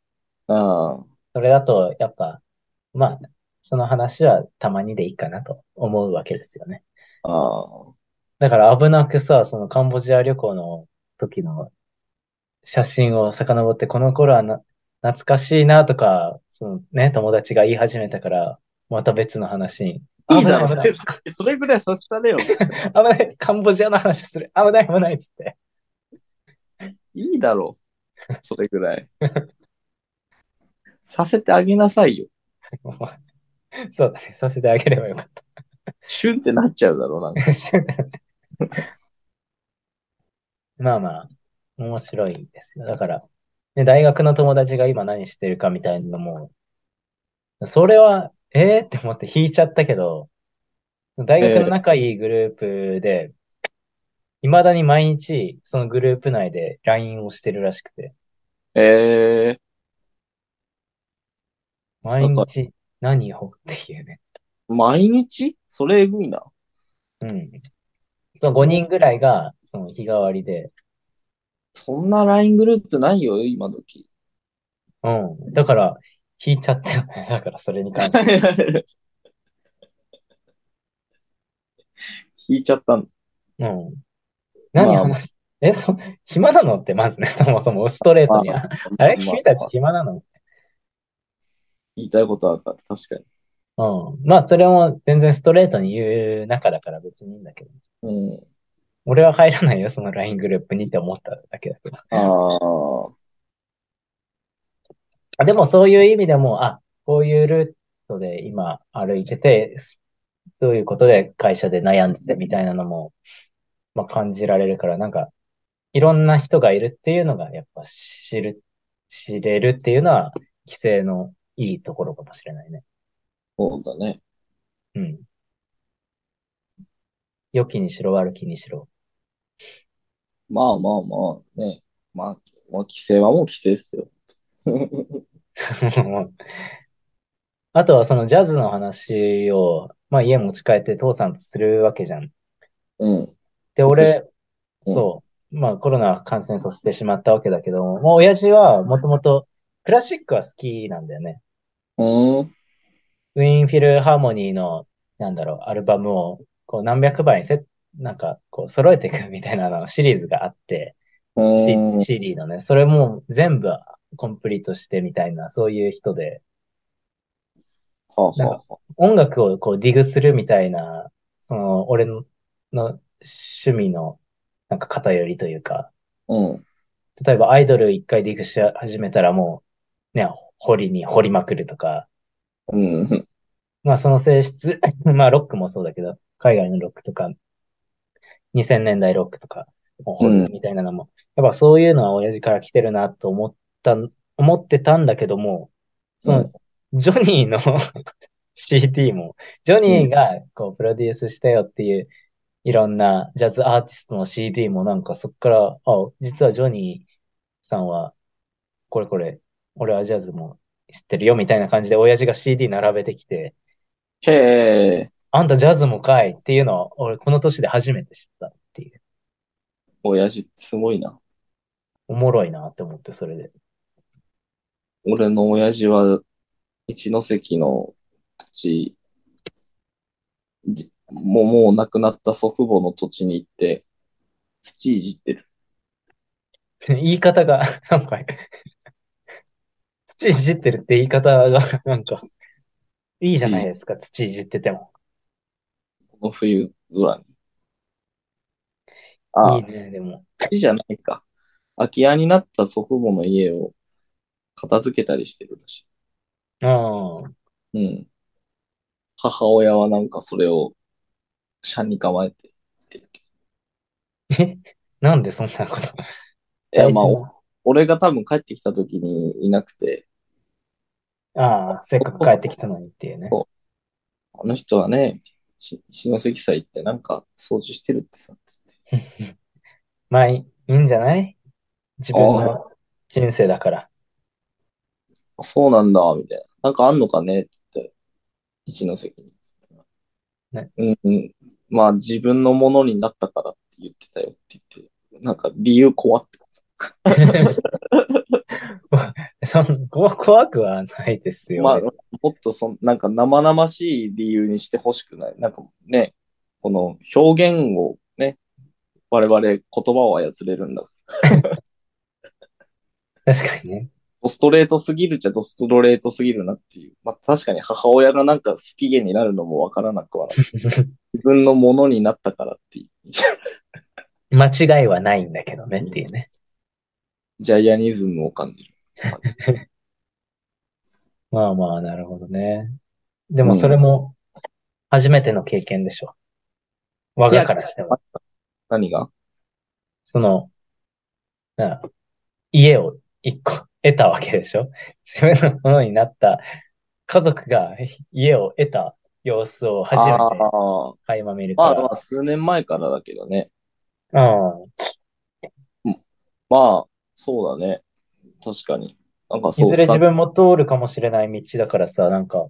Speaker 2: あ
Speaker 1: それだと、やっぱ、まあ、その話はたまにでいいかなと思うわけですよね。
Speaker 2: あ、あ
Speaker 1: だから危なくさ、そのカンボジア旅行の時の写真を遡って、この頃はな、懐かしいなとか、そのね、友達が言い始めたから、また別の話に。
Speaker 2: あ。いいだ
Speaker 1: 危
Speaker 2: ろ
Speaker 1: ない、
Speaker 2: それぐらいさせたれよ。
Speaker 1: 危ない、危ない、カンボジアの話する。危ない、危ない、つって。 [laughs]
Speaker 2: いいだろう。それぐらい。させてあげなさいよ。
Speaker 1: もうそうだね、させてあげればよかった。
Speaker 2: シュンってなっちゃうだろう、なんか。
Speaker 1: [laughs] まあまあ、面白いですよ。だから、ね、大学の友達が今何してるかみたいなのも、それは、えー、って思って引いちゃったけど、大学の仲いいグループで、未だに毎日、そのグループ内で LINE をしてるらしくて、
Speaker 2: ええ
Speaker 1: 毎日何をっていうね。
Speaker 2: 毎日それえぐいな。
Speaker 1: うん。その5人ぐらいが、その日替わりで、
Speaker 2: そんな LINE グループないよ、
Speaker 1: [laughs]
Speaker 2: 今時。
Speaker 1: うん。だから、引いちゃったよね。 [laughs] だから、それに関して。
Speaker 2: 引いちゃったん
Speaker 1: うん。何
Speaker 2: まあ
Speaker 1: 話し、え、そ、暇なのって、まずね、 [laughs] そもそもストレートに。あ [laughs] あれ、君たち暇なの
Speaker 2: 言いたいことはあった。確かに。
Speaker 1: うん。まあ、それも全然ストレートに言う中だから別にいいんだけど。
Speaker 2: うん。
Speaker 1: 俺は入らないよ、その LINE グループにって思っただけだけど。
Speaker 2: ああ。
Speaker 1: あ、でもそういう意味でも、あ、こういうルートで今歩いてて、どういうことで会社で悩んでてみたいなのも、まあ、感じられるから、なんか、いろんな人がいるっていうのが、やっぱ知る、知れるっていうのは、規制のいいところかもしれないね。
Speaker 2: そうだね。
Speaker 1: うん。良きにしろ、悪きにしろ。 [laughs]
Speaker 2: まあまあまあ、ね。まあ、まあ、規制はもう規制っすよ。 [laughs]
Speaker 1: あとはそのジャズの話を、まあ家持ち帰って父さんとするわけじゃん。
Speaker 2: うん。
Speaker 1: で、俺、
Speaker 2: うん
Speaker 1: そう、まあコロナ感染させてしまったわけだけども、もう親父はもともとクラシックは好きなんだよね。
Speaker 2: うん。
Speaker 1: ウィーンフィルハーモニーの、なんだろう、アルバムを、こう何百倍にせ、なんか、こう揃えていくみたいなのシリーズがあって、
Speaker 2: う
Speaker 1: C-
Speaker 2: ん。
Speaker 1: CD のね、それも全部コンプリートしてみたいな、そういう人で、
Speaker 2: はあはあは
Speaker 1: 音楽をこうディグするみたいな、その、俺のの趣味の、なんか偏りというか、
Speaker 2: あ。うん。
Speaker 1: 例えばアイドル一回ディグし始めたらもう、ね、掘りに掘りまくるとか、
Speaker 2: うん。
Speaker 1: まあその性質、 [laughs] まあロックもそうだけど、海外のロックとか、2000年代ロックとか、もう掘るみたいなのも、やっぱそういうのは親父から来てるなと思った、思ってたんだけども、その、ジョニーの、 [laughs] CD も、ジョニーがこうプロデュースしたよっていう、いろんなジャズアーティストの CD もなんかそっから、あ、実はジョニーさんは、これこれ、俺はジャズも知ってるよみたいな感じで、親父が CD 並べてきて、
Speaker 2: へえ、
Speaker 1: あんたジャズもかいっていうのは、俺この年で初めて知ったっていう。
Speaker 2: 親父ってすごいな。
Speaker 1: おもろいなって思って、それで。 [laughs]
Speaker 2: 俺の親父は、一ノ関の土地、じもう、もう亡くなった祖父母の土地に行って、土いじってる。
Speaker 1: 言い方が、 [laughs] なんか、土いじってるって言い方が、なんか、いいじゃないですか、土いじってても。
Speaker 2: この冬空に。あ
Speaker 1: いいね、でも。
Speaker 2: 土じゃないか。空き家になった祖父母の家を片付けたりしてるらし
Speaker 1: ああ、
Speaker 2: い。うん。母親はなんかそれを、車に構えて。
Speaker 1: なんでそんなこと。
Speaker 2: いや、まあ、
Speaker 1: 大
Speaker 2: お
Speaker 1: 事
Speaker 2: 俺が多分帰ってきた時にいなくて、
Speaker 1: なああ、せっかく帰ってきたのにっていうね。
Speaker 2: あの人はね、し篠関祭ってなんか掃除してるってさ、つって。
Speaker 1: [laughs] まあ、いいいんじゃない自分の人生だから。
Speaker 2: あそうなんだ、みたいな。なんかあんのかねって言って、一ノ関に。
Speaker 1: ね
Speaker 2: うんうん。まあ自分のものになったからって言ってたよって言って、なんか理由怖って。
Speaker 1: [laughs] そんこ怖くはないですよ。
Speaker 2: まあ、もっとそん、なんか生々しい理由にしてほしくない。なんかね、この表現をね、我々言葉を操れるんだ。
Speaker 1: 確かにね。
Speaker 2: ドストレートすぎるっちゃドストレートすぎるなっていう。まあ確かに母親がなんか不機嫌になるのもわからなく
Speaker 1: [laughs]
Speaker 2: はない。自分のものになったからっていう。
Speaker 1: 間違いはないんだけどねっていうね。
Speaker 2: ジャイアニズムを感じる。
Speaker 1: まあまあ、なるほどね。でもそれも、初めての経験でしょ。我がからしても。
Speaker 2: 何が
Speaker 1: その、なあ家を一個得たわけでしょ自分のものになった、家族が家を得た様子を初め
Speaker 2: あ
Speaker 1: て
Speaker 2: あ、
Speaker 1: 垣間見る
Speaker 2: ま
Speaker 1: か
Speaker 2: あまあ数年前からだけどね。
Speaker 1: ら。うん。
Speaker 2: まあ、そうだね。確かに。なんか
Speaker 1: い
Speaker 2: そう、
Speaker 1: ずれ
Speaker 2: さ
Speaker 1: 自分も通るかもしれない道だからさ、なんか、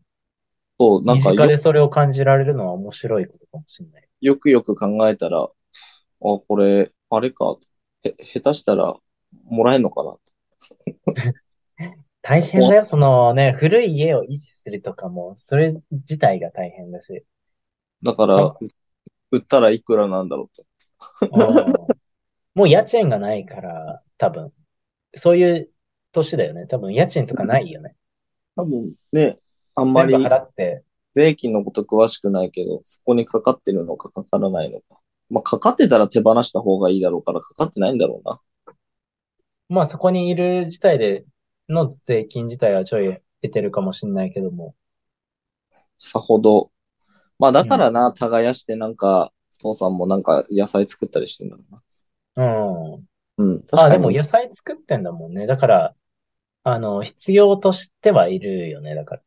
Speaker 2: そう、なん
Speaker 1: 身
Speaker 2: か
Speaker 1: 近
Speaker 2: よ
Speaker 1: でそれを感じられるのは面白いことかもしれない。
Speaker 2: よくよく考えたら、あ、これ、あれか。へ、下手したら、もらえんのかな。
Speaker 1: 大変だよ、そのね、古い家を維持するとかも、それ自体が大変だ
Speaker 2: [laughs]
Speaker 1: し。
Speaker 2: だから、売ったらいくらなんだろうと。
Speaker 1: うんもう家賃がないから、多分、そういう年だよね。多分家賃とかないよね。
Speaker 2: 多分ね、あんま
Speaker 1: 全部
Speaker 2: り
Speaker 1: 払って、
Speaker 2: 税金のこと詳しくないけど、そこにかかってるのかかからないのか。まあ、かかってたら手放した方がいいだろうから、かかってないんだろうな。
Speaker 1: まあそこにいる自体での税金自体はちょい得てるかもしれないけども。
Speaker 2: さほど。まあ、だからな、耕してなんか、父さんもなんか野菜作ったりしてんだろうな。
Speaker 1: うん。
Speaker 2: うん。確
Speaker 1: あ
Speaker 2: か
Speaker 1: で
Speaker 2: に
Speaker 1: も野菜作ってんだもんね。だから、あの、必要としてはいるよね。だから。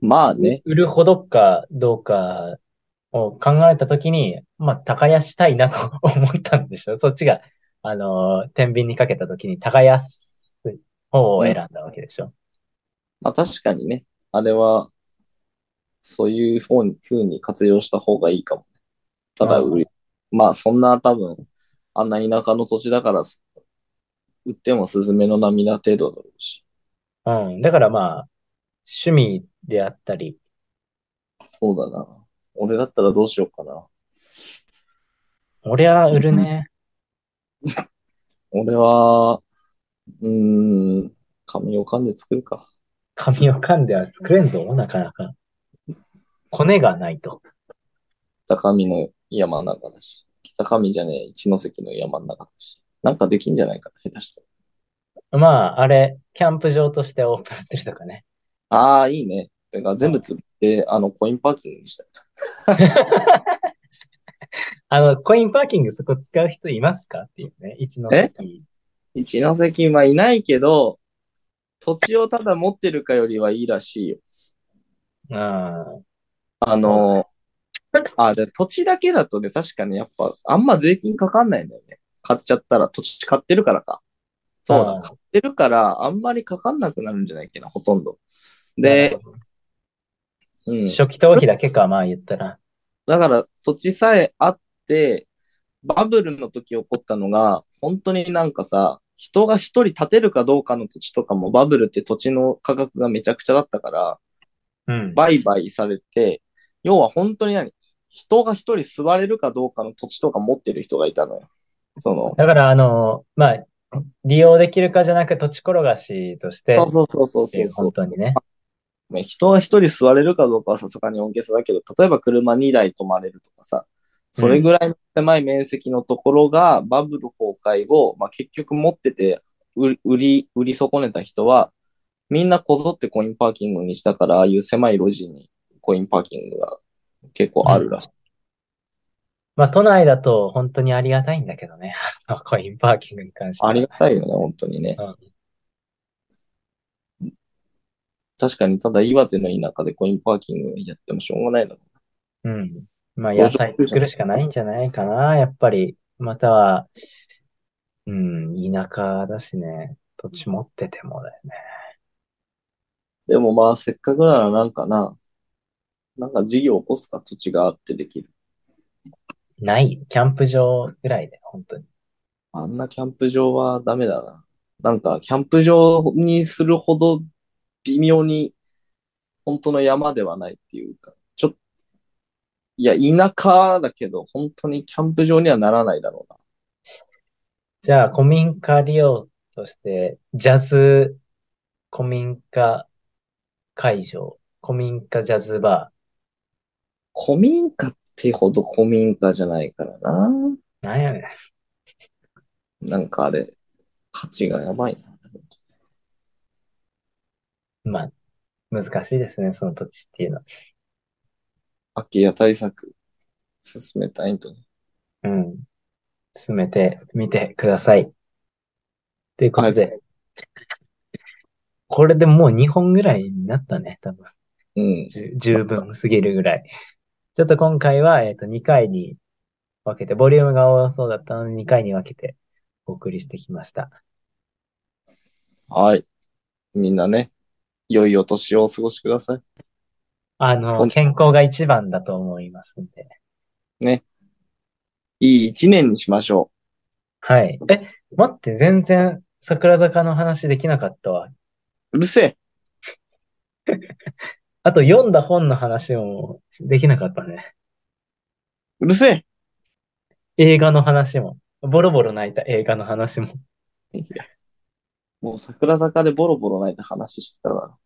Speaker 2: まあね。
Speaker 1: 売るほどかどうかを考えたときに、まあ、耕したいなと [laughs] 思ったんでしょそっちが、あのー、天秤にかけたときに耕す方を選んだわけでしょ
Speaker 2: まあ、確かにね。あれは、そういう方に、風に活用した方がいいかも。ただ、
Speaker 1: うん
Speaker 2: 売りまあ、そんな多分、あんな田舎の土地だから、売ってもスズメの涙程度だろうし。
Speaker 1: うん。だからまあ、趣味であったり、
Speaker 2: そうだな。俺だったらどうしようかな。
Speaker 1: 俺は売るね。
Speaker 2: 俺は、うーん、紙を噛んで作るか。
Speaker 1: 紙を噛んでは作れんぞ、なかなか。コネがないと。
Speaker 2: 北上の山の中だし。北上じゃねえ、一ノ関の山の中だし。なんかできんじゃないかな、下手した
Speaker 1: まあ、あれ、キャンプ場としてオープンしてるとかね。
Speaker 2: ら。ああ、いいね。だから全部釣って、あの、コインパーキングにしたい。
Speaker 1: あの、コインパーキングそこ使う人いますかっていうね。一の関。
Speaker 2: 一ノ関、まあいないけど、土地をただ持ってるかよりはいいらしいよ。
Speaker 1: あ
Speaker 2: あの、あ、で、土地だけだとね、確かね、やっぱ、あんま税金かかんないんだよね。買っちゃったら、土地買ってるからか。そう
Speaker 1: あ
Speaker 2: だ、
Speaker 1: ー
Speaker 2: 買ってるから、あんまりかかんなくなるんじゃないっけな、ほとんど。
Speaker 1: あ。
Speaker 2: で、
Speaker 1: なるほ
Speaker 2: うん
Speaker 1: ど、。初期投費だけか、まあ言ったら。
Speaker 2: だから土地さえあって、バブルの時起こったのが、本当になんかさ、人が一人建てるかどうかの土地とかもバブルって土地の価格がめちゃくちゃだったから、
Speaker 1: うん。
Speaker 2: 売買されて、要は本当に何人が一人座れるかどうかの土地とか持ってる人がいたのよ。その、
Speaker 1: だから、あの、まあ、利用できるかじゃなく土地転がしとして
Speaker 2: そう
Speaker 1: っ
Speaker 2: そうそうそう
Speaker 1: てい、
Speaker 2: そううそう
Speaker 1: 本当にね。
Speaker 2: ね人が一人座れるかどうかはさすがに大げさだけど、例えば車2台止まれるとかさ、それぐらいの狭い面積のところがバブル崩壊後、まあ、結局持ってて売売り、売り損ねた人は、みんなこぞってコインパーキングにしたから、ああいう狭い路地にコインパーキングが結構あるらしい。
Speaker 1: まあ、都内だと本当にありがたいんだけどね。 [laughs] あのコインパーキングに関して
Speaker 2: あり
Speaker 1: は。
Speaker 2: がたいよね、本当にね。
Speaker 1: うん
Speaker 2: 確かに、ただ岩手の田舎でコインパーキングやってもしょうがないだろう。
Speaker 1: うん。まあ、野菜作るしかないんじゃないかな、やっぱり。または、うん、田舎だしね。土地持っててもだよね。
Speaker 2: でもまあ、せっかくならなんかな、なんか事業起こすか、土地があってできる。
Speaker 1: ない。キャンプ場ぐらいで、本当に。
Speaker 2: あんなキャンプ場はダメだな。なんか、キャンプ場にするほど微妙に本当の山ではないっていうか、ちょっ、いや、田舎だけど、本当にキャンプ場にはならないだろうな。
Speaker 1: じゃあ、古民家利用として、ジャズ古民家会場、古民家ジャズバ
Speaker 2: 古民家ってほど古民家じゃないからな。
Speaker 1: ー。なんやねん。
Speaker 2: なんかあれ、価値がやばいな。
Speaker 1: まあ、難しいですね、その土地っていうのは。
Speaker 2: 空き家対策、進めたいんとね。
Speaker 1: うん。進めてみてください。ということで、これでもう2本ぐらいになったね、多分。
Speaker 2: うん。
Speaker 1: 十十分すぎるぐらい。ちょっと今回は、えっと、2回に分けて、ボリュームが多そうだったので2回に分けてお送りしてきました。
Speaker 2: はい。みんなね、良いお年をお過ごしください。
Speaker 1: あの、健康が一番だと思いますんで。
Speaker 2: いい一年にしましょう。
Speaker 1: はい。え、待って、全然桜坂の話できなかったわ。
Speaker 2: うるせえ。
Speaker 1: あと読んだ本の話もできなかったね。
Speaker 2: うるせえ。 [laughs]
Speaker 1: 映画の話も。ボロボロ泣いた映画の話も。
Speaker 2: もう桜坂でボロボロ泣いた話してたな。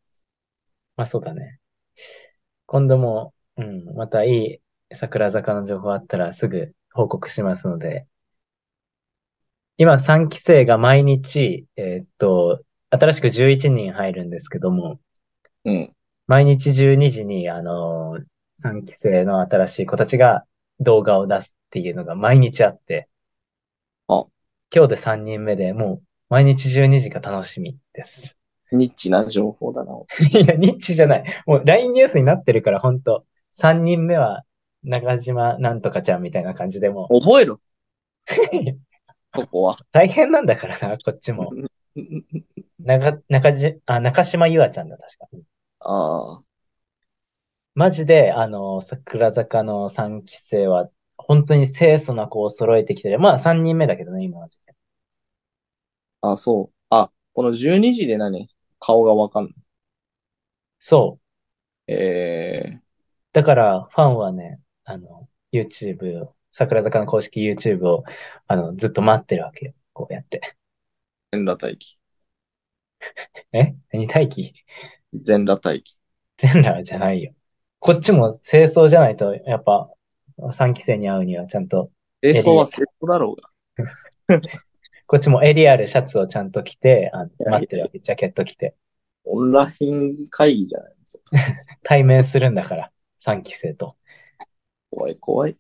Speaker 1: まあそうだね。今度も、うん、またいい桜坂の情報あったらすぐ報告しますので。今3期生が毎日、えーっと、新しく11人入るんですけども、
Speaker 2: うん。
Speaker 1: 毎日12時に、あのー、3期生の新しい子たちが動画を出すっていうのが毎日あって、
Speaker 2: あ
Speaker 1: 今日で3人目でもう毎日12時が楽しみです。
Speaker 2: ニッチな情報だな。
Speaker 1: いや、ニッチじゃない。もう LINE ニュースになってるから、ほんと。3人目は中島なんとかちゃんみたいな感じでもう、
Speaker 2: 覚えろ。ここは。
Speaker 1: [laughs] 大変なんだからな、こっちも。中、中じ、あ、中島ゆあちゃんだ、確か。
Speaker 2: ああ。
Speaker 1: マジで、あの、桜坂の3期生は、本当に清楚な子を揃えてきてる。まあ、3人目だけどね、今は。
Speaker 2: あ、そう。あ、この12時で何顔がわかんない。
Speaker 1: そう。
Speaker 2: ええ
Speaker 1: だから、ファンはね、あの、YouTube を、桜坂の公式 YouTube を、あの、ずっと待ってるわけよ。こうやって。
Speaker 2: 全裸待機。
Speaker 1: え何待機
Speaker 2: 全裸待機。
Speaker 1: 全裸じゃないよ。こっちも清掃じゃないと、やっぱ、3期生に会うにはちゃんと、
Speaker 2: 清掃は清掃だろうが。
Speaker 1: こっちもエリアルシャツをちゃんと着て、あの待ってるわけ、ジャケット着て。
Speaker 2: オンライン会議じゃないですか。
Speaker 1: 対面するんだから、3期生と。
Speaker 2: 怖い怖い。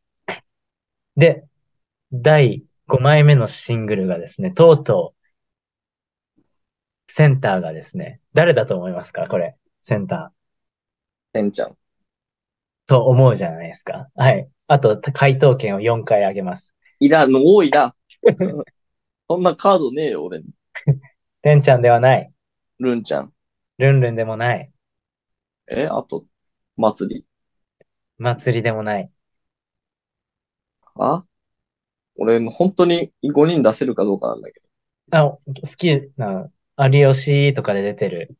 Speaker 1: で、第5枚目のシングルがですね、とうとう、センターがですね、誰だと思いますかこれ、センター。
Speaker 2: てんちゃん。
Speaker 1: と思うじゃないですか。はい。あと、回答権を4回あげます。
Speaker 2: いらんの多いな。 [laughs] そんなカードねえよ、俺に。
Speaker 1: てんちゃんではない。
Speaker 2: ルンちゃん。
Speaker 1: ルンルンでもない。
Speaker 2: え、あと、祭り。
Speaker 1: 祭りでもない。
Speaker 2: あ俺、本当に5人出せるかどうかなんだけど。
Speaker 1: あ、好きな、有吉とかで出てる。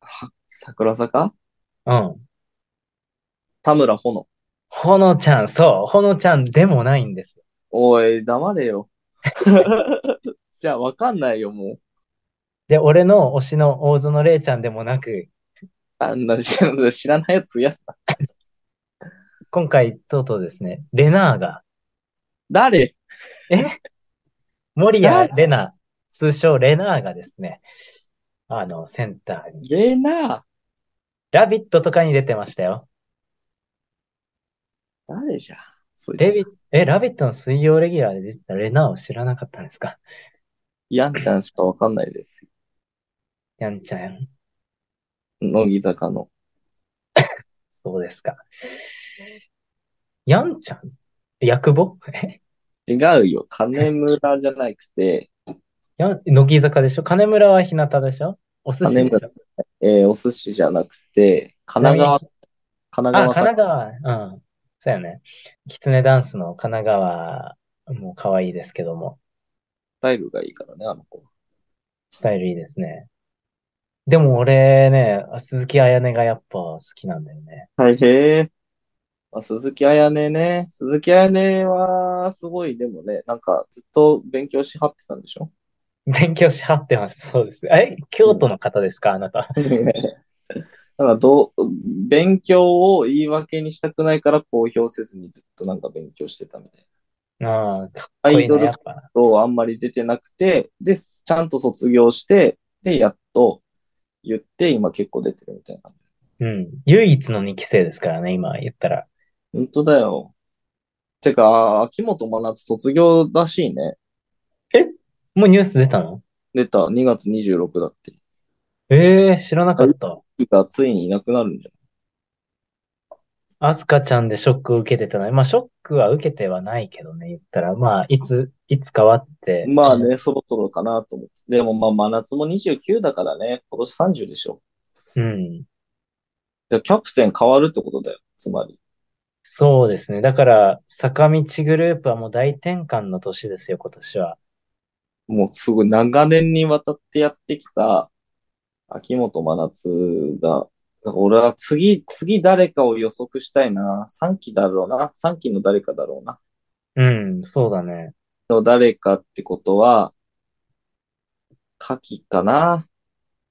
Speaker 2: は桜坂
Speaker 1: うん。
Speaker 2: 田村ほの。
Speaker 1: ほのちゃん、そう、ほのちゃんでもないんです。
Speaker 2: おい、黙れよ。じゃあ、わかんないよ、もう。
Speaker 1: で、俺の推しの大園玲ちゃんでもなく、
Speaker 2: あんな、知らない知らないやつ増やすな。
Speaker 1: 今回、とうとうですね、レナーが、
Speaker 2: 誰
Speaker 1: 森谷レナ、通称レナーがですね、あの、センターに、
Speaker 2: レナー。
Speaker 1: ラビットとかに出てましたよ。
Speaker 2: 誰じゃん。そい
Speaker 1: レ
Speaker 2: つ。
Speaker 1: ビ、え、ラビットの水曜レギュラーで出てたレナーを知らなかったんですか
Speaker 2: ヤンちゃんしかわかんないです。
Speaker 1: やんちゃん。
Speaker 2: 乃木坂の。
Speaker 1: そうですか。やんちゃん薬母え
Speaker 2: 違うよ。金村じゃなくて、
Speaker 1: やん、乃木坂でしょ金村は日向でしょお寿司でしょ
Speaker 2: えーお寿司じゃなくて、神奈川、神
Speaker 1: あ、神
Speaker 2: 奈川さん
Speaker 1: 奈川、うん。そうよね。キツネダンスの神奈川も可愛いですけども、
Speaker 2: スタイルがいいからね、あの子。
Speaker 1: スタイルいいですね。でも俺ね、鈴木彩音がやっぱ好きなんだよね。
Speaker 2: はい、へえ。あ、鈴木彩音ね。鈴木彩音は、すごい、でもね、なんか、ずっと勉強しはってたんでしょ
Speaker 1: 勉強しはってます。そうです。え、京都の方ですかあなた。
Speaker 2: なんかどう、勉強を言い訳にしたくないから公表せずにずっとなんか勉強してたみたいな。
Speaker 1: ああ、かっ
Speaker 2: ア
Speaker 1: こい
Speaker 2: イ
Speaker 1: い
Speaker 2: ド
Speaker 1: な、
Speaker 2: ル
Speaker 1: やっぱ。
Speaker 2: とあんまり出てなくて、で、ちゃんと卒業して、で、やっと言って、今結構出てるみたいな。
Speaker 1: うん。唯一の2期生ですからね、今言ったら。
Speaker 2: 本当だよ。てか、秋元真夏卒業らしいね。
Speaker 1: もうニュース出たの
Speaker 2: 出た、2月26だって。
Speaker 1: ええ知らなかった。
Speaker 2: がついにいなくなるんじゃん。
Speaker 1: アスカちゃんでショックを受けてたの。まあ、ショックは受けてはないけどね、言ったら。まあ、いつ、いつかはって。
Speaker 2: まあね、そろそろかなと思って。でもまあ真夏も29だからね、今年30でしょ。
Speaker 1: うん。
Speaker 2: で、キャプテン変わるってことだよ。つまり。
Speaker 1: そうですね。だから、坂道グループはもう大転換の年ですよ、今年は。
Speaker 2: もうすごい長年にわたってやってきた秋元真夏が、だから俺は次、次誰かを予測したいな。3期だろうな。3期の誰かだろうな。
Speaker 1: うん、そうだね。
Speaker 2: の誰かってことは、夏季かな。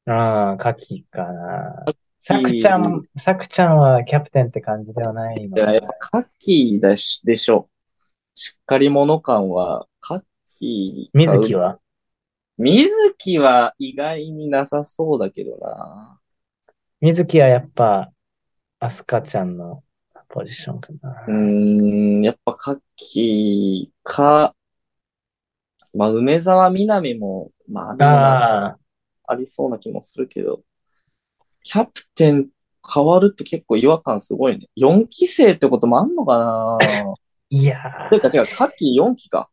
Speaker 1: ああ、カキかな。サクちゃん、サクちゃんはキャプテンって感じではないの
Speaker 2: いや、やっぱ夏季だし、でしょ。しっかり者感は、夏季が
Speaker 1: 水木は
Speaker 2: 水木は意外になさそうだけどな。
Speaker 1: 水木はやっぱ、アスカちゃんのポジションかな。
Speaker 2: うーん、やっぱ夏季か、まあ、梅沢みなみも、まあ、でも
Speaker 1: ああ。
Speaker 2: ありそうな気もするけど、キャプテン変わるって結構違和感すごいね。4期生ってこともあんのかな
Speaker 1: いや
Speaker 2: と
Speaker 1: ー
Speaker 2: いうか違う、夏季4期か。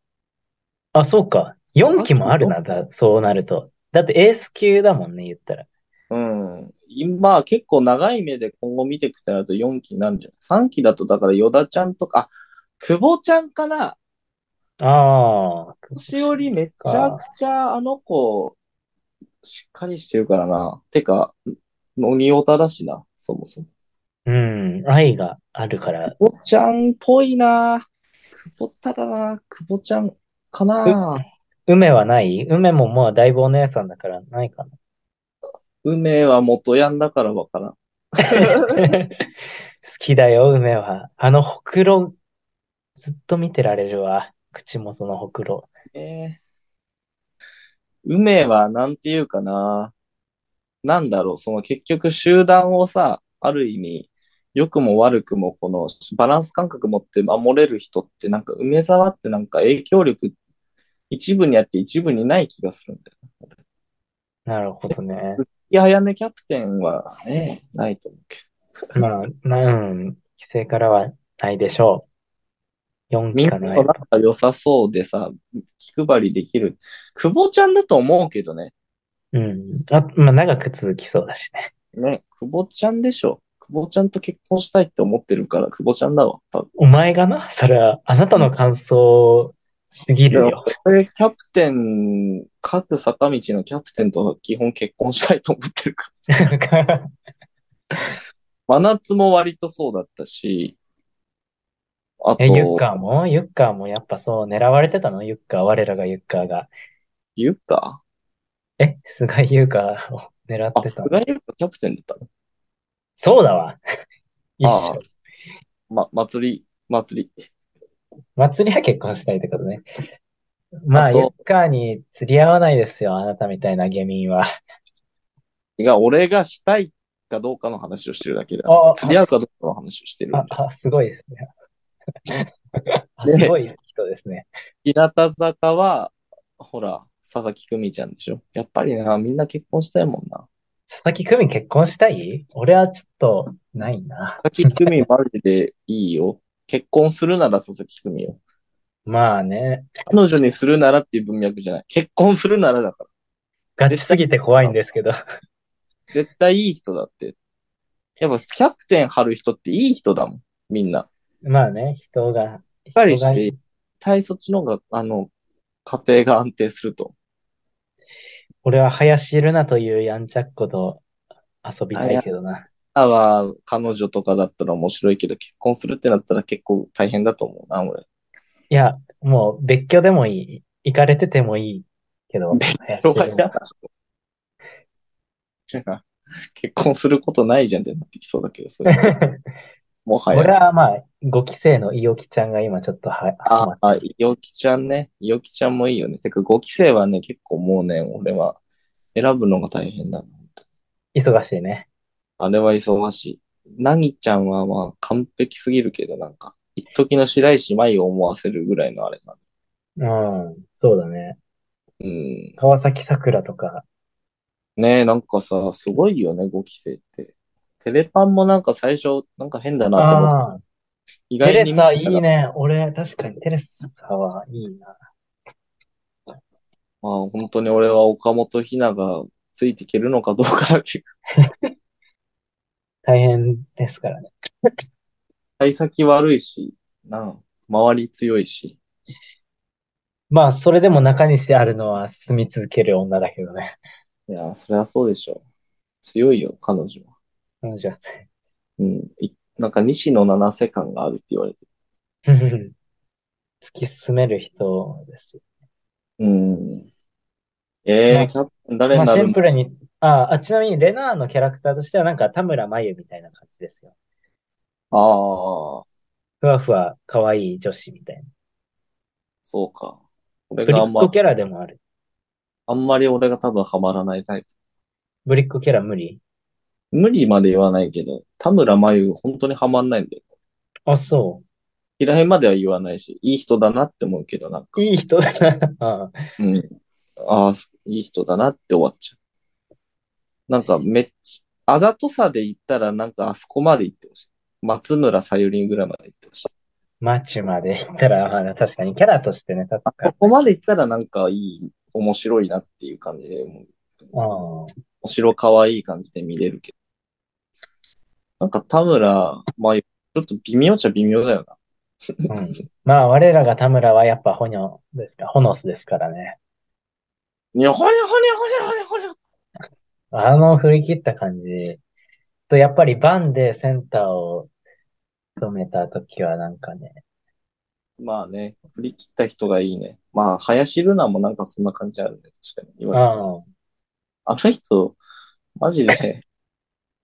Speaker 1: あ、そうか。4期もあるな、だ、そうなると。だってエース級だもんね、言ったら。
Speaker 2: うん。今、結構長い目で今後見ていくってなると4期になるんじゃない ?3 期だと、だから、ヨダちゃんとか、あ、久保ちゃんかな
Speaker 1: ああ、
Speaker 2: 年寄りめっちゃくちゃあの子、しっかりしてるからな。てか、鬼オタだしな、そもそも。
Speaker 1: うん、愛があるから。
Speaker 2: 久保ちゃんっぽいな。久保ただな、久保ちゃんかな。
Speaker 1: 梅はない梅ももうだいぶお姉さんだからないか
Speaker 2: 梅は元ヤンだからわからん。
Speaker 1: な。 [laughs] 好きだよ、梅は。あの、ほくろ、ずっと見てられるわ。口元のほくろ。
Speaker 2: えー、梅はなんていうかな。なんだろう、その結局集団をさ、ある意味、良くも悪くもこのバランス感覚持って守れる人ってなんか梅沢ってなんか影響力一部にあって一部にない気がするんだよ。
Speaker 1: なるほどね。
Speaker 2: いや、やね、キャプテンはね、ないと思うけ
Speaker 1: まあ、なん、規制からはないでしょう。4
Speaker 2: ど。み
Speaker 1: 期
Speaker 2: ん
Speaker 1: か
Speaker 2: な
Speaker 1: な
Speaker 2: のなんか良さそうでさ、気配りできる。久保ちゃんだと思うけどね。
Speaker 1: うん。あ、まあ、長く続きそうだしね。
Speaker 2: ね、久保ちゃんでしょ。久保ちゃんと結婚したいって思ってるから、久保ちゃんだわ、多分。
Speaker 1: お前がな、それは、あなたの感想すぎるよ。
Speaker 2: これ、キャプテン、各坂道のキャプテンと基本結婚したいと思ってるから。
Speaker 1: なんか
Speaker 2: 真夏も割とそうだったし、あ
Speaker 1: [laughs] え、ユッ
Speaker 2: と、
Speaker 1: カーもユッカーもやっぱそう、狙われてたのユッカー、我らがユッカーが。
Speaker 2: ゆか
Speaker 1: え、菅井優香を狙っ
Speaker 2: あ、
Speaker 1: てたの
Speaker 2: 菅井ゆかキャプテンだったの
Speaker 1: そうだ
Speaker 2: [laughs]
Speaker 1: わ。一
Speaker 2: あ
Speaker 1: 緒。
Speaker 2: ま、祭り、祭り。
Speaker 1: 祭りは結婚したいってことね。まあ、
Speaker 2: あと
Speaker 1: ユッカーに釣り合わないですよ、あなたみたいな下民は。
Speaker 2: が、俺がしたいかどうかの話をしてるだけだ
Speaker 1: あ。
Speaker 2: 釣り合うかどうかの話をしてる。
Speaker 1: あ、あ、すごいですね。 [laughs] あ、す
Speaker 2: ね
Speaker 1: ごい人ですね。
Speaker 2: 日向坂は、ほら、佐々木久美ちゃんでしょ。やっぱりな、みんな結婚したいもんな。
Speaker 1: 佐々木久美結婚したい俺はちょっと、ないな。
Speaker 2: 佐々木久美マジでいいよ。結婚するなら佐々木久美よ。
Speaker 1: まあね、
Speaker 2: 彼女にするならっていう文脈じゃない。結婚するならだから。
Speaker 1: ガチすぎて怖いんですけど。
Speaker 2: 絶対いい人だって。やっぱキャプテン張る人っていい人だもん。みんな。
Speaker 1: まあね、人が、
Speaker 2: しっかり
Speaker 1: 人が
Speaker 2: して、絶対そっちの方が、あの、家庭が安定すると。
Speaker 1: 俺は林瑠奈というやんちゃっ子と遊びたいけどな。
Speaker 2: あは、彼女とかだったら面白いけど、結婚するってなったら結構大変だと思うな、俺。
Speaker 1: いや、もう別居でもいい。行かれててもいいけど、林
Speaker 2: 人
Speaker 1: 瑠
Speaker 2: が
Speaker 1: 奈
Speaker 2: 嫌な [laughs] 人。結婚することないじゃんってなってきそうだけど、それ。もは
Speaker 1: [laughs] 俺
Speaker 2: や。
Speaker 1: はまあ、5期生のいおきちゃんが今ちょっとは、
Speaker 2: あ
Speaker 1: は、
Speaker 2: あ、いおきちゃんね。いおきちゃんもいいよね。てか、5期生はね、結構もうね、俺は選ぶのが大変だな。
Speaker 1: 忙しいね。
Speaker 2: あれは忙しい。なぎちゃんはまあ完璧すぎるけど、なんか、一時の白石麻衣を思わせるぐらいのあれな。
Speaker 1: うん、そうだね。
Speaker 2: うん。
Speaker 1: 川崎桜とか、
Speaker 2: ねえ、なんかさ、すごいよね、5期生って。テレパンもなんか最初、なんか変だなと思って、
Speaker 1: ああ、
Speaker 2: 意
Speaker 1: テ
Speaker 2: 外
Speaker 1: レ
Speaker 2: に見
Speaker 1: サい
Speaker 2: たら
Speaker 1: いね。俺、確かにテレサはいいな。
Speaker 2: まあ、本当に俺は岡本ひながついていけるのかどうかだけ。
Speaker 1: 大変ですからね。
Speaker 2: 対先悪いし、なあ、周り強いし。
Speaker 1: まあ、それでも中西あるのは住み続ける女だけどね。
Speaker 2: いや、そりゃそうでしょ。強いよ、彼女は。
Speaker 1: うんじゃあ
Speaker 2: うん。いなんか西野七瀬感があるって言われて。
Speaker 1: 突き進める人です。
Speaker 2: うん。え
Speaker 1: ま
Speaker 2: ー、
Speaker 1: あ
Speaker 2: キャプテン誰
Speaker 1: まあ、
Speaker 2: にな
Speaker 1: シ
Speaker 2: る
Speaker 1: ンプルに、ああ、ちなみにレナーのキャラクターとしてはなんか田村真由みたいな感じですよ。
Speaker 2: ああー、
Speaker 1: ふわふわ可愛い女子みたいな。
Speaker 2: そうか。俺
Speaker 1: ぶり
Speaker 2: があ
Speaker 1: っ
Speaker 2: んま
Speaker 1: 子、キャラでもある。
Speaker 2: あんまり俺が多分ハマらないタイプ。
Speaker 1: ぶりっ子キャラ無理
Speaker 2: 無理まで言わないけど、田村真由、本当にハマんないんだよ。
Speaker 1: あ、そ
Speaker 2: 嫌いまでは言わないし、いい人だなって思うけど、なん
Speaker 1: う。
Speaker 2: か、
Speaker 1: いい人だな。
Speaker 2: うん。ああ、いい人だなって終わっちゃう。なんか、めっちゃ、あざとさで言ったら、なんか、あそこまで行ってほしい。松村さゆりぐらいまで行ってほしい。
Speaker 1: マチュまで行ったら、まあ、確かにキャラとしてね、立つ [laughs] から
Speaker 2: こ。こまで行ったら、なんか、いい、面白いなっていう感じで、もう
Speaker 1: うん
Speaker 2: 面白可愛い感じで見れるけど。なんか、田村真由、ちょっと微妙っちゃ微妙だよな。
Speaker 1: うんまあ、我らが田村はやっぱホニョですか、ホノスですからね。
Speaker 2: にょほにょほにょほにょほにょほにょ。
Speaker 1: あの振り切った感じ。と、やっぱりバンでセンターを務めた時はなんかね、
Speaker 2: まあね、振り切った人がいいね。まあ、林瑠奈もなんかそんな感じあるね。確かに。言われて
Speaker 1: うん。
Speaker 2: あの人、マジで、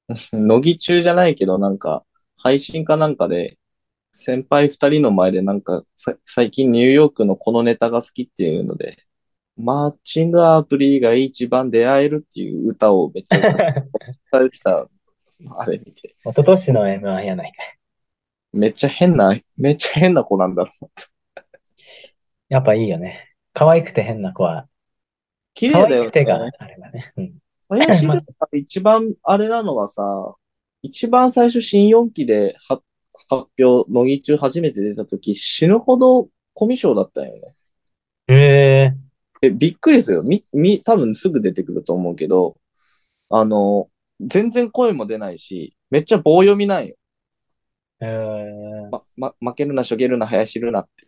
Speaker 2: [laughs] 乃木中じゃないけど、なんか、配信かなんかで、先輩二人の前でなんか、さ最近ニューヨークのこのネタが好きっていうので、マッチングアプリが一番出会えるっていう歌をめっちゃ歌っ
Speaker 1: [laughs]
Speaker 2: てた、あれ見て。
Speaker 1: 一昨年の M1 やないか。
Speaker 2: めっちゃ変な、めっちゃ変な子なんだろう。
Speaker 1: やっぱいいよね。可愛くて変な子は、
Speaker 2: 綺
Speaker 1: 可
Speaker 2: 麗だ
Speaker 1: 愛
Speaker 2: よ
Speaker 1: く
Speaker 2: ね
Speaker 1: てがあれだね。うん。 [laughs]
Speaker 2: 林が一番、あれなのはさ、一番最初新4期で発発表、乃木中初めて出た時、死ぬほどコミュ障だったよね。
Speaker 1: ええ
Speaker 2: え、びっくりするよ。み、み、多分すぐ出てくると思うけど、あの、全然声も出ないし、めっちゃ棒読みなんよ。
Speaker 1: ええ
Speaker 2: ま、ま、負けるな、しょげるな、林るなって。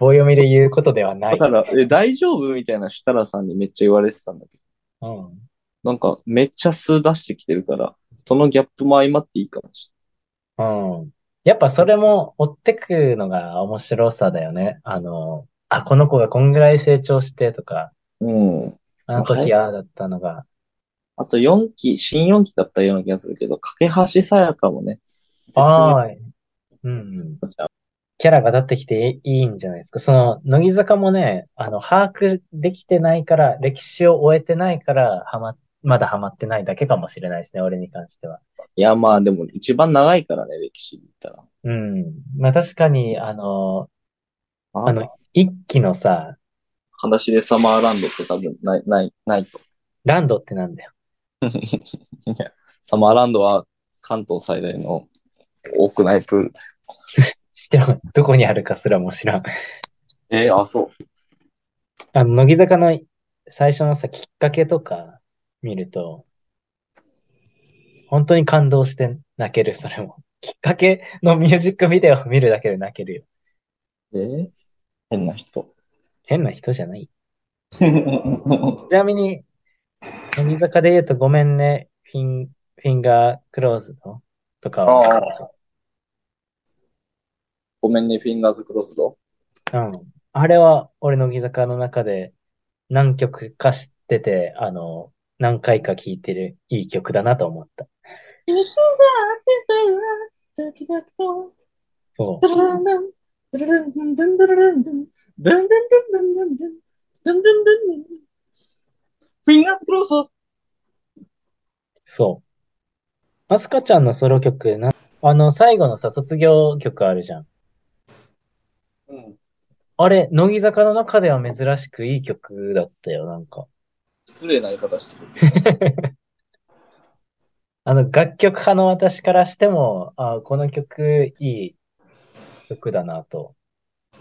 Speaker 1: 棒読みで言うことではな
Speaker 2: だ
Speaker 1: い。
Speaker 2: から、 [laughs] え、大丈夫みたいな設楽さんにめっちゃ言われてたんだけ
Speaker 1: うん。
Speaker 2: ど、なんか、めっちゃ数出してきてるから、そのギャップも相まっていいかもし
Speaker 1: うん。やっぱそれも追ってくのが面白さだよね。あの、あ、この子がこんぐらい成長してとか、
Speaker 2: れない。うん。
Speaker 1: あの時ああだったのが、
Speaker 2: あと4期、新4期だったような気がするけど、架橋さやかもね、
Speaker 1: ああ、うんうん。キャラが立ってきていいんじゃないですか。その、乃木坂もね、あの、把握できてないから、歴史を終えてないから、はま、まだハマってないだけかもしれないですね、俺に関しては。
Speaker 2: いや、まあでも一番長いからね、歴史で言ったら。
Speaker 1: うん。まあ確かに、あの、
Speaker 2: あ
Speaker 1: あの、一期のさ、
Speaker 2: 裸足でサマーランドって多分ない、ない、な
Speaker 1: [laughs]
Speaker 2: いと。
Speaker 1: ランドってなんだよ。
Speaker 2: サマーランドは関東最大の屋内プールだよ。
Speaker 1: でも、どこにある [laughs] かすらも知らん。
Speaker 2: えーあ、そう。
Speaker 1: あの、乃木坂の最初のさ、きっかけとか見ると、本当に感動して泣ける、それも。きっかけのミュージックビデオを見るだけで泣けるよ。
Speaker 2: えー変な人。
Speaker 1: 変な人じゃない。ちなみに、乃木坂で言うとごめんね、フィン、フィンガークローズのとか
Speaker 2: [laughs] あ
Speaker 1: は、
Speaker 2: ごめんね、フィンガーズクロスド。
Speaker 1: うん。あれは、俺乃木坂の中で何曲か知ってて、あの、何回か聴いてるいい曲だなと思った。そう。
Speaker 2: フィンガーズクロスド
Speaker 1: そう。アスカちゃんのソロ曲な、あの、最後のさ、卒業曲あるじゃん。
Speaker 2: うん。
Speaker 1: あれ、乃木坂の中では珍しくいい曲だったよ、なんか。
Speaker 2: 失礼な言い方してる。
Speaker 1: あの、楽曲派の私からしても、あ、この曲、いい曲だなと。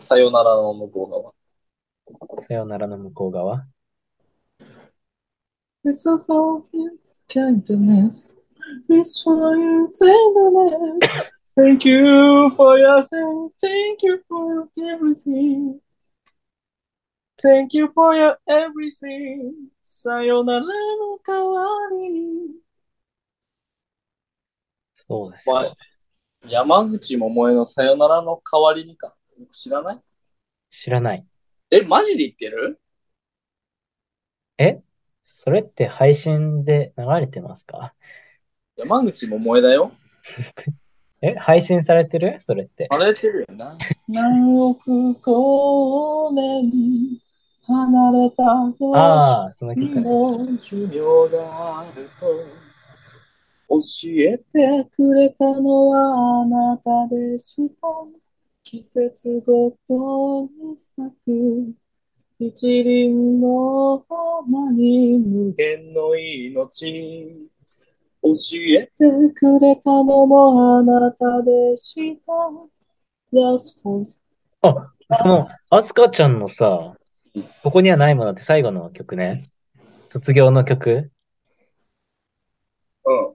Speaker 2: さよならの向こう側。
Speaker 1: さよならの向こう側。
Speaker 2: It's a whole kindness. It's for you, tenderness. Thank you for your thing. Thank you for everything. Thank you for your everything. さよならの代わり
Speaker 1: そうですよ。
Speaker 2: に。山口百恵のさよならの代わりにか。知らない
Speaker 1: 知らない。
Speaker 2: え、マジで言ってる
Speaker 1: えそれって配信で流れてますか
Speaker 2: 山口百恵だよ。
Speaker 1: え配信されてるそれって。
Speaker 2: あれてるよな。何億光年離れた
Speaker 1: ああ、その曲ね。
Speaker 2: の寿命があると教えてくれたのはあなたでした季節ごとに咲く一輪の花に無限の命教えてくれたのもあなたでした Last for
Speaker 1: あ、その、アスカちゃんのさ
Speaker 2: うん、
Speaker 1: ここにはないものって最後の曲ね。卒業の曲。
Speaker 2: うん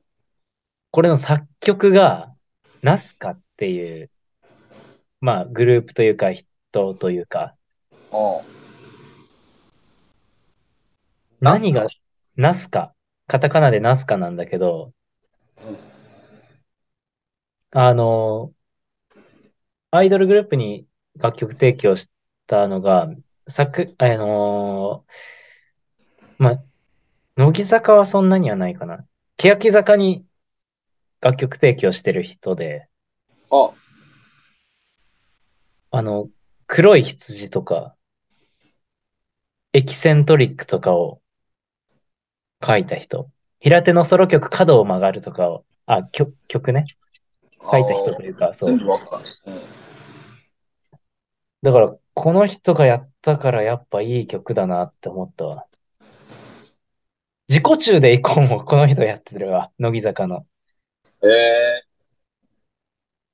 Speaker 1: これの作曲が、ナスカっていう、まあ、グループというか、人というか、
Speaker 2: ああ
Speaker 1: 何が、ナスカ。カタカナでナスカなんだけど
Speaker 2: うん、
Speaker 1: あの、アイドルグループに楽曲提供したのが、作、あのまあ、乃木坂はそんなにはないかな。欅坂に楽曲提供してる人で、
Speaker 2: あ
Speaker 1: あの、黒い羊とか、エキセントリックとかを書いた人。平手のソロ曲角を曲がるとかを、あ、曲、曲ね。書いた人というか、そう
Speaker 2: 全。部わかる。うん
Speaker 1: だから、この人がやったからやっぱいい曲だなって思ったわ。自己中で行こうも、この人やってるわ。乃木坂の。
Speaker 2: ええ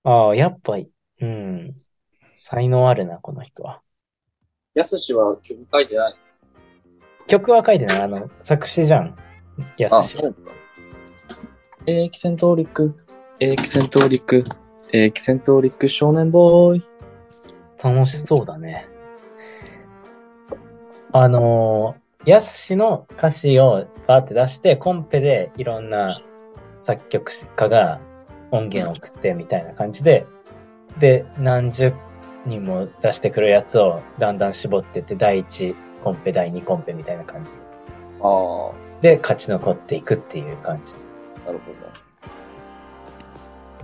Speaker 1: ああ、やっぱ、うん。才能あるな、この人は。
Speaker 2: やすしは曲書いてない。
Speaker 1: 曲は書いてない。あの、作詞じゃん。や
Speaker 2: あ、
Speaker 1: すし。
Speaker 2: そうか。エキセントリック、エキセントリック、エキセントリック少年ボーイ。
Speaker 1: 楽しそうだね。あのー、やすしの歌詞をバーって出して、コンペでいろんな作曲家が音源を送ってみたいな感じで、で、何十人も出してくるやつをだんだん絞ってって、第1コンペ、第2コンペみたいな感じ
Speaker 2: あ
Speaker 1: で勝ち残っていくっていう感じ。
Speaker 2: あ、なるほどね。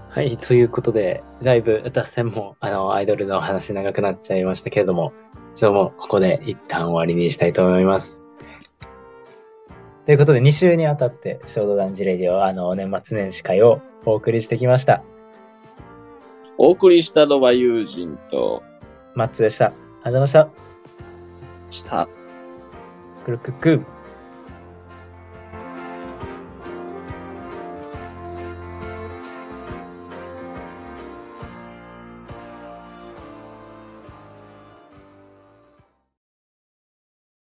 Speaker 1: はい、ということで、だいぶ脱線も、あの、アイドルのお話長くなっちゃいましたけれども、今日もここで一旦終わりにしたいと思います。ということで、2週にわたって、衝動男児レディオ、あの、年末年始会をお送りしてきました。
Speaker 2: お送りしたのは友人と、
Speaker 1: マッツでした。ありがとうございまし
Speaker 2: した。
Speaker 1: た。くるくるくる。